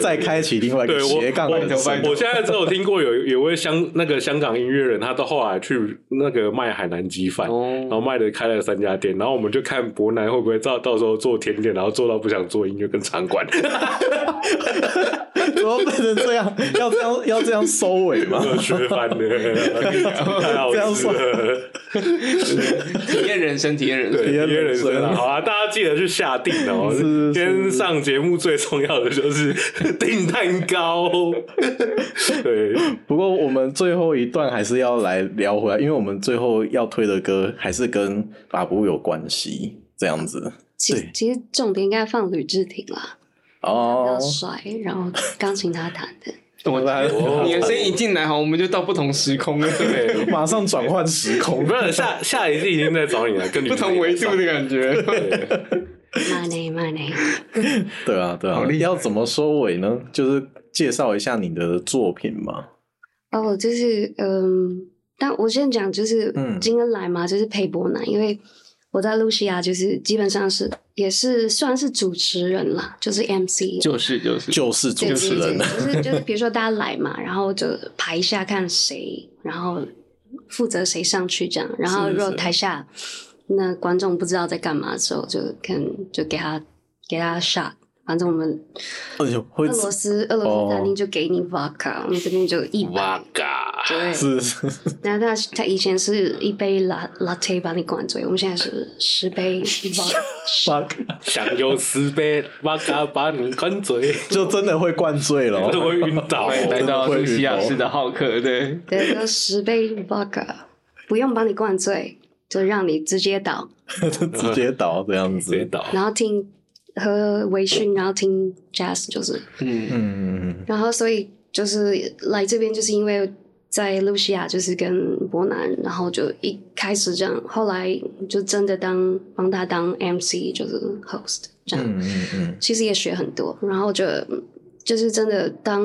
Speaker 1: 再开启另外一
Speaker 2: 对
Speaker 1: 个
Speaker 2: 我
Speaker 1: 斜杠
Speaker 2: 我
Speaker 1: 人生，
Speaker 2: 我现在只有听过有 [LAUGHS] 有位香那个香港音乐人，他到后来去那个卖海南鸡饭，
Speaker 4: 哦
Speaker 2: 然后卖的开了三家店，然后我们就看伯南会不会到到时候做甜点，然后做到不想做音乐跟场
Speaker 4: [LAUGHS]
Speaker 2: 馆。
Speaker 1: 怎么变成这样？要这样要这样收尾吗？
Speaker 2: 学翻的，太好
Speaker 1: 这样
Speaker 2: 吃
Speaker 1: 算
Speaker 2: 了。
Speaker 4: 体验人生，体验人
Speaker 2: 对，
Speaker 4: 生。
Speaker 1: 体
Speaker 2: 因为人
Speaker 1: 验人生
Speaker 2: 生啊，好啊，大家记得去下定
Speaker 4: [LAUGHS]
Speaker 2: 哦。
Speaker 1: 是是
Speaker 2: 今
Speaker 1: 是
Speaker 2: 天上节目最重要的就是 [LAUGHS] 订蛋糕。对，
Speaker 1: 不过我们最后一段还是要来聊回来，因为我们最后要推的歌还是跟法布有关系，这样子
Speaker 3: 其
Speaker 1: 对
Speaker 3: 其实重点应该放吕志廷啦，
Speaker 1: 哦
Speaker 3: 要。帅，然后钢琴他弹
Speaker 1: [LAUGHS]
Speaker 3: 的，
Speaker 4: 我
Speaker 2: 哦
Speaker 4: 你的声音一进来，好，我们就到不同时空了，
Speaker 2: 对，
Speaker 1: 马上转换时
Speaker 2: 我
Speaker 1: 空
Speaker 2: 不，是下下一季已经在找你了，跟你
Speaker 4: 不同维度的感觉。
Speaker 2: 对
Speaker 3: 慢呢慢呢，
Speaker 1: 对啊，对啊
Speaker 4: 好厉，害
Speaker 1: 要怎么收尾呢？就是介绍一下你的作品嘛。
Speaker 3: 哦，就是嗯，但我先讲就是
Speaker 1: 嗯
Speaker 3: 今天来嘛，就是裴伯南，因为我在露西亚就是基本上是也是算是主持人啦，就是 MC，
Speaker 4: 就是就是
Speaker 1: 就是主
Speaker 3: 对
Speaker 1: 持
Speaker 3: 对，对
Speaker 1: 人
Speaker 3: 就是就是比如说大家来嘛，然后就排一下看谁，然后负责谁上去这样，然后
Speaker 1: 是
Speaker 3: 如果
Speaker 1: 是
Speaker 3: 台下那观众不知道在干嘛的时候，就可能就给他给他 shot。反正我们
Speaker 1: 哎呦，
Speaker 3: 俄
Speaker 1: 会哦
Speaker 3: 罗斯俄罗斯餐厅就给你 vodka，、我们这边就一
Speaker 2: 哇
Speaker 3: 百，
Speaker 2: 嘎，
Speaker 3: 对，
Speaker 1: 是是是
Speaker 3: 然后他他以前是一杯拉 latte 把你灌醉，我们现在是十
Speaker 1: [LAUGHS]
Speaker 3: 杯 vodka，
Speaker 1: fuck，
Speaker 2: 想用十杯，玛卡把你灌醉，
Speaker 1: 就真的会灌醉了
Speaker 2: 真的
Speaker 1: 哦。
Speaker 2: 会晕倒。
Speaker 4: 欢迎来到
Speaker 1: 会晕
Speaker 4: 西雅
Speaker 1: 哦
Speaker 4: 士的浩克，对，
Speaker 3: 对，都十杯 vodka，不用把你灌醉，就让你直接倒，
Speaker 1: [LAUGHS] 直接倒这样
Speaker 2: 直接
Speaker 1: 子。
Speaker 2: 倒。
Speaker 3: 然后听喝微醺，然后听 jazz，就是，
Speaker 4: 嗯，
Speaker 1: 嗯，
Speaker 3: 然后所以就是来这边就是因为。在露西亚就是跟伯南，然后就一开始这样，后来就真的当帮他当 MC，就是 host 这样。
Speaker 1: 嗯嗯嗯，
Speaker 3: 其实也学很多，然后就就是真的当，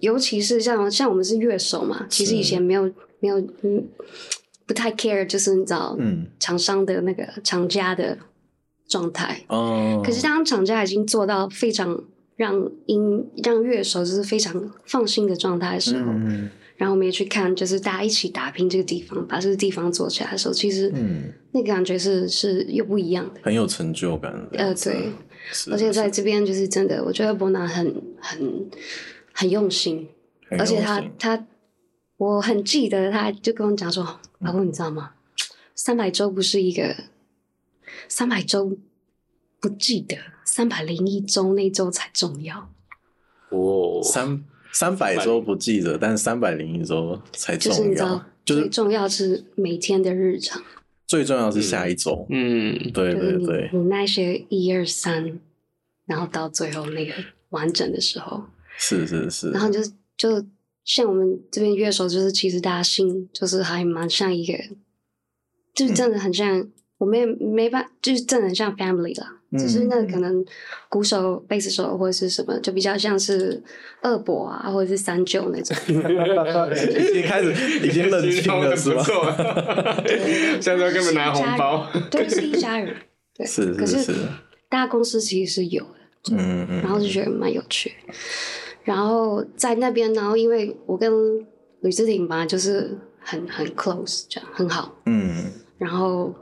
Speaker 3: 尤其是像像我们是乐手嘛，其实
Speaker 1: 是
Speaker 3: 以前没有没有嗯不太 care，就是你知道、
Speaker 1: 嗯
Speaker 3: 厂商的那个厂家的状态。
Speaker 1: 哦。
Speaker 3: 可是当厂家已经做到非常让音让乐手就是非常放心的状态的时候，
Speaker 1: 嗯
Speaker 3: 然后我们也去看，就是大家一起打拼这个地方，把这个地方做起来的时候，其实
Speaker 1: 嗯，
Speaker 3: 那个感觉是是又不一样的。
Speaker 1: 很有成就感。
Speaker 3: 呃，对，
Speaker 1: 是，
Speaker 3: 而且在这边就是真的，我觉得伯南很很很用心，
Speaker 1: 很有
Speaker 3: 而且他
Speaker 1: 型
Speaker 3: 他，我很记得，他就跟我讲说，老公你知道吗？三百周不是一个三百周不记得，三百零一周那周才重要，
Speaker 2: 哦，
Speaker 1: 三三百周不记得，但三百零一周才
Speaker 3: 就是
Speaker 1: 重
Speaker 3: 你知道
Speaker 1: 要。就
Speaker 3: 最
Speaker 1: 是
Speaker 3: 重要是每天的日常，
Speaker 1: 最重要是下一周。
Speaker 4: 嗯，
Speaker 1: 对
Speaker 3: 就是
Speaker 1: 对
Speaker 3: 你
Speaker 1: 对，
Speaker 3: 你那些一二三，然后到最后那个完整的时候，
Speaker 1: 是是是。
Speaker 3: 然后就是就像我们这边乐手，就是其实大家心就是还蛮像一个，就是真的很像，我们也没办，就是真的很像 family 啦。
Speaker 1: 嗯
Speaker 3: 只是那可能鼓手、贝斯手或者是什么，就比较像是二伯啊，或者是三舅那种。
Speaker 1: [LAUGHS] 已经开始已经认清了
Speaker 2: [LAUGHS]
Speaker 1: 是吧？
Speaker 4: 现在都根本拿红包，
Speaker 3: 对，是一家人。对，
Speaker 1: 是
Speaker 3: 可
Speaker 1: 是
Speaker 3: 是
Speaker 1: 是，
Speaker 3: 大公司其实是有的，
Speaker 1: 嗯嗯
Speaker 3: 然后就觉得蛮有趣。然后在那边，然后因为我跟吕志廷吧，就是很很 close，这样很好。
Speaker 1: 嗯
Speaker 3: 然后，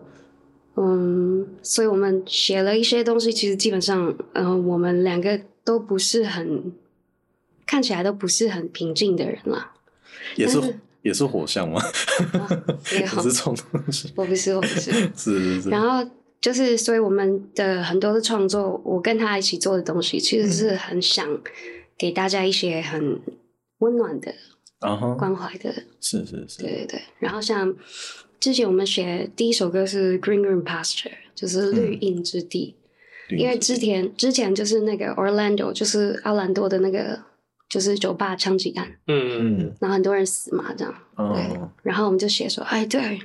Speaker 3: 嗯，所以我们写了一些东西，其实基本上，呃，我们两个都不是很，看起来都不是很平静的人啦。
Speaker 1: 也
Speaker 3: 但
Speaker 1: 是
Speaker 3: 是
Speaker 1: 也是火象吗？
Speaker 3: 也
Speaker 1: [LAUGHS] 也
Speaker 3: 好
Speaker 1: 是这种东
Speaker 3: [LAUGHS]
Speaker 1: 西，
Speaker 3: 我不是，我不
Speaker 1: [LAUGHS]
Speaker 3: 是。
Speaker 1: 是是是，
Speaker 3: 然后就是，所以我们的很多的创作，我跟他一起做的东西，其实是很想给大家一些很温暖的、
Speaker 1: 然后
Speaker 3: 关怀的，
Speaker 1: 啊是是是，
Speaker 3: 对对对。然后像之前我们写第一首歌是《Green Room Pasture》，就是绿荫之地。因为之前之前就是那个 Orlando，就是奥兰多的那个就是酒吧枪击案，
Speaker 2: 嗯，
Speaker 1: 嗯
Speaker 3: 然后很多人死嘛这样，
Speaker 1: 哦
Speaker 3: 然后我们就写说，哎，对，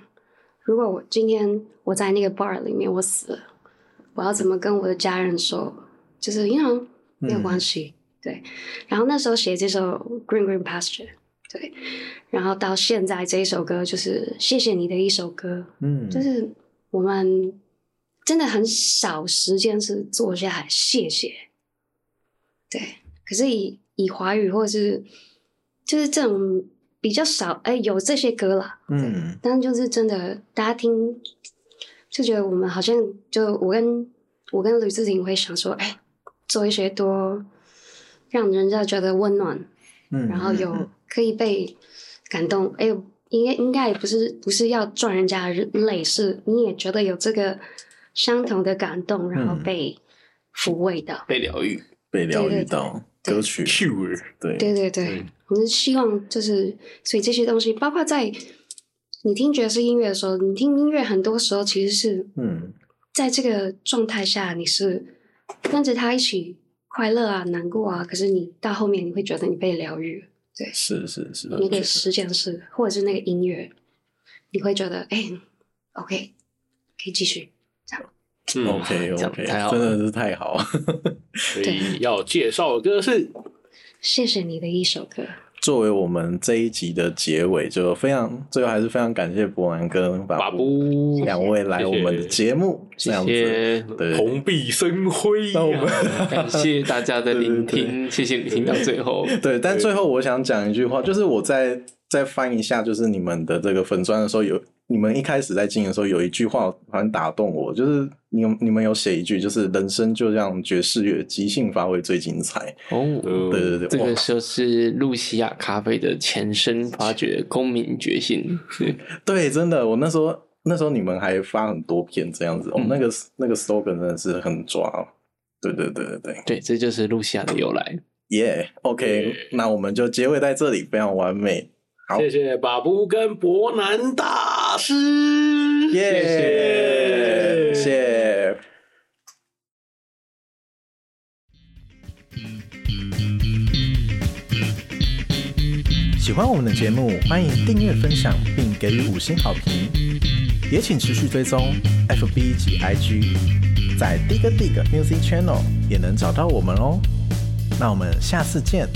Speaker 3: 如果我今天我在那个 bar 里面我死了，我要怎么跟我的家人说？就是因为没有关系，对。然后那时候写这首 Green Green Pasture，对，然后到现在这一首歌就是谢谢你的一首歌，
Speaker 1: 嗯，
Speaker 3: 就是我们真的很少时间是坐下来谢谢，对。可是以以华语或是就是这种比较少，哎、有这些歌啦，
Speaker 1: 嗯
Speaker 3: 但就是真的大家听就觉得我们好像就我跟我跟吕志廷会想说，哎、做一些多让人家觉得温暖，
Speaker 1: 嗯，
Speaker 3: 然后有可以被感动，哎，应该应该也不是不是要赚人家的泪，是你也觉得有这个相同的感动，然后
Speaker 1: 嗯
Speaker 3: 被抚慰到。
Speaker 4: 被疗愈，
Speaker 1: 被疗愈
Speaker 3: 对
Speaker 1: 到
Speaker 3: 对对
Speaker 1: 歌曲，
Speaker 2: Cure
Speaker 1: 对
Speaker 3: 对对对
Speaker 2: 嗯，
Speaker 3: 我们希望就是，所以这些东西，包括在你听爵士音乐的时候，你听音乐很多时候其实是
Speaker 1: 嗯
Speaker 3: 在这个状态下，你是跟着他一起快乐啊、难过啊，可是你到后面你会觉得你被疗愈了。
Speaker 1: 是是是，
Speaker 3: 那个十件事，或者是那个音乐，你会觉得哎、o k 可以继续。
Speaker 2: 嗯，
Speaker 1: OK
Speaker 4: 讲得
Speaker 1: OK，
Speaker 4: 太好
Speaker 1: 真的是太好， [LAUGHS]
Speaker 2: 所以要介绍的歌是
Speaker 3: 谢谢你的一首歌，
Speaker 1: 作为我们这一集的结尾，就非常最后还是非常感谢博南跟
Speaker 2: 把
Speaker 1: 法布
Speaker 2: 布
Speaker 1: 两位来我们的节目，
Speaker 4: 谢
Speaker 1: 这样子。
Speaker 4: 谢，
Speaker 1: 对，
Speaker 2: 蓬荜生辉
Speaker 1: 那我们
Speaker 2: 呀。
Speaker 4: 感谢大家的聆
Speaker 1: 对对
Speaker 4: 听，谢谢你听到最后，
Speaker 1: 对，但最后我想讲一句话，就是我在再翻一下，就是你们的这个粉砖的时候有，你们一开始在经营的时候有一句话很打动我，就是你有你们有写一句，就是人生就像爵士乐，即兴发挥最精彩。
Speaker 4: 哦，
Speaker 1: 对对对，
Speaker 4: 这
Speaker 1: 哇
Speaker 4: 个就是露西亚咖啡的前身，发掘公民觉醒。是
Speaker 1: 对，真的，我那时候那时候你们还发很多篇这样子，哦
Speaker 4: 嗯，
Speaker 1: 那个那个 slogan 真的是很抓哦。对对对对对，
Speaker 4: 对，这就是露西亚的由来。
Speaker 1: 耶、OK，那我们就结尾在这里，非常完美，好
Speaker 2: 谢谢巴布跟伯南大师，谢
Speaker 1: 耶、谢谢。
Speaker 5: 喜欢我们的节目，欢迎订阅、分享，并给予五星好评。也请持续追踪 FB 及 IG，在 Dig Dig Music Channel 也能找到我们哦。那我们下次见，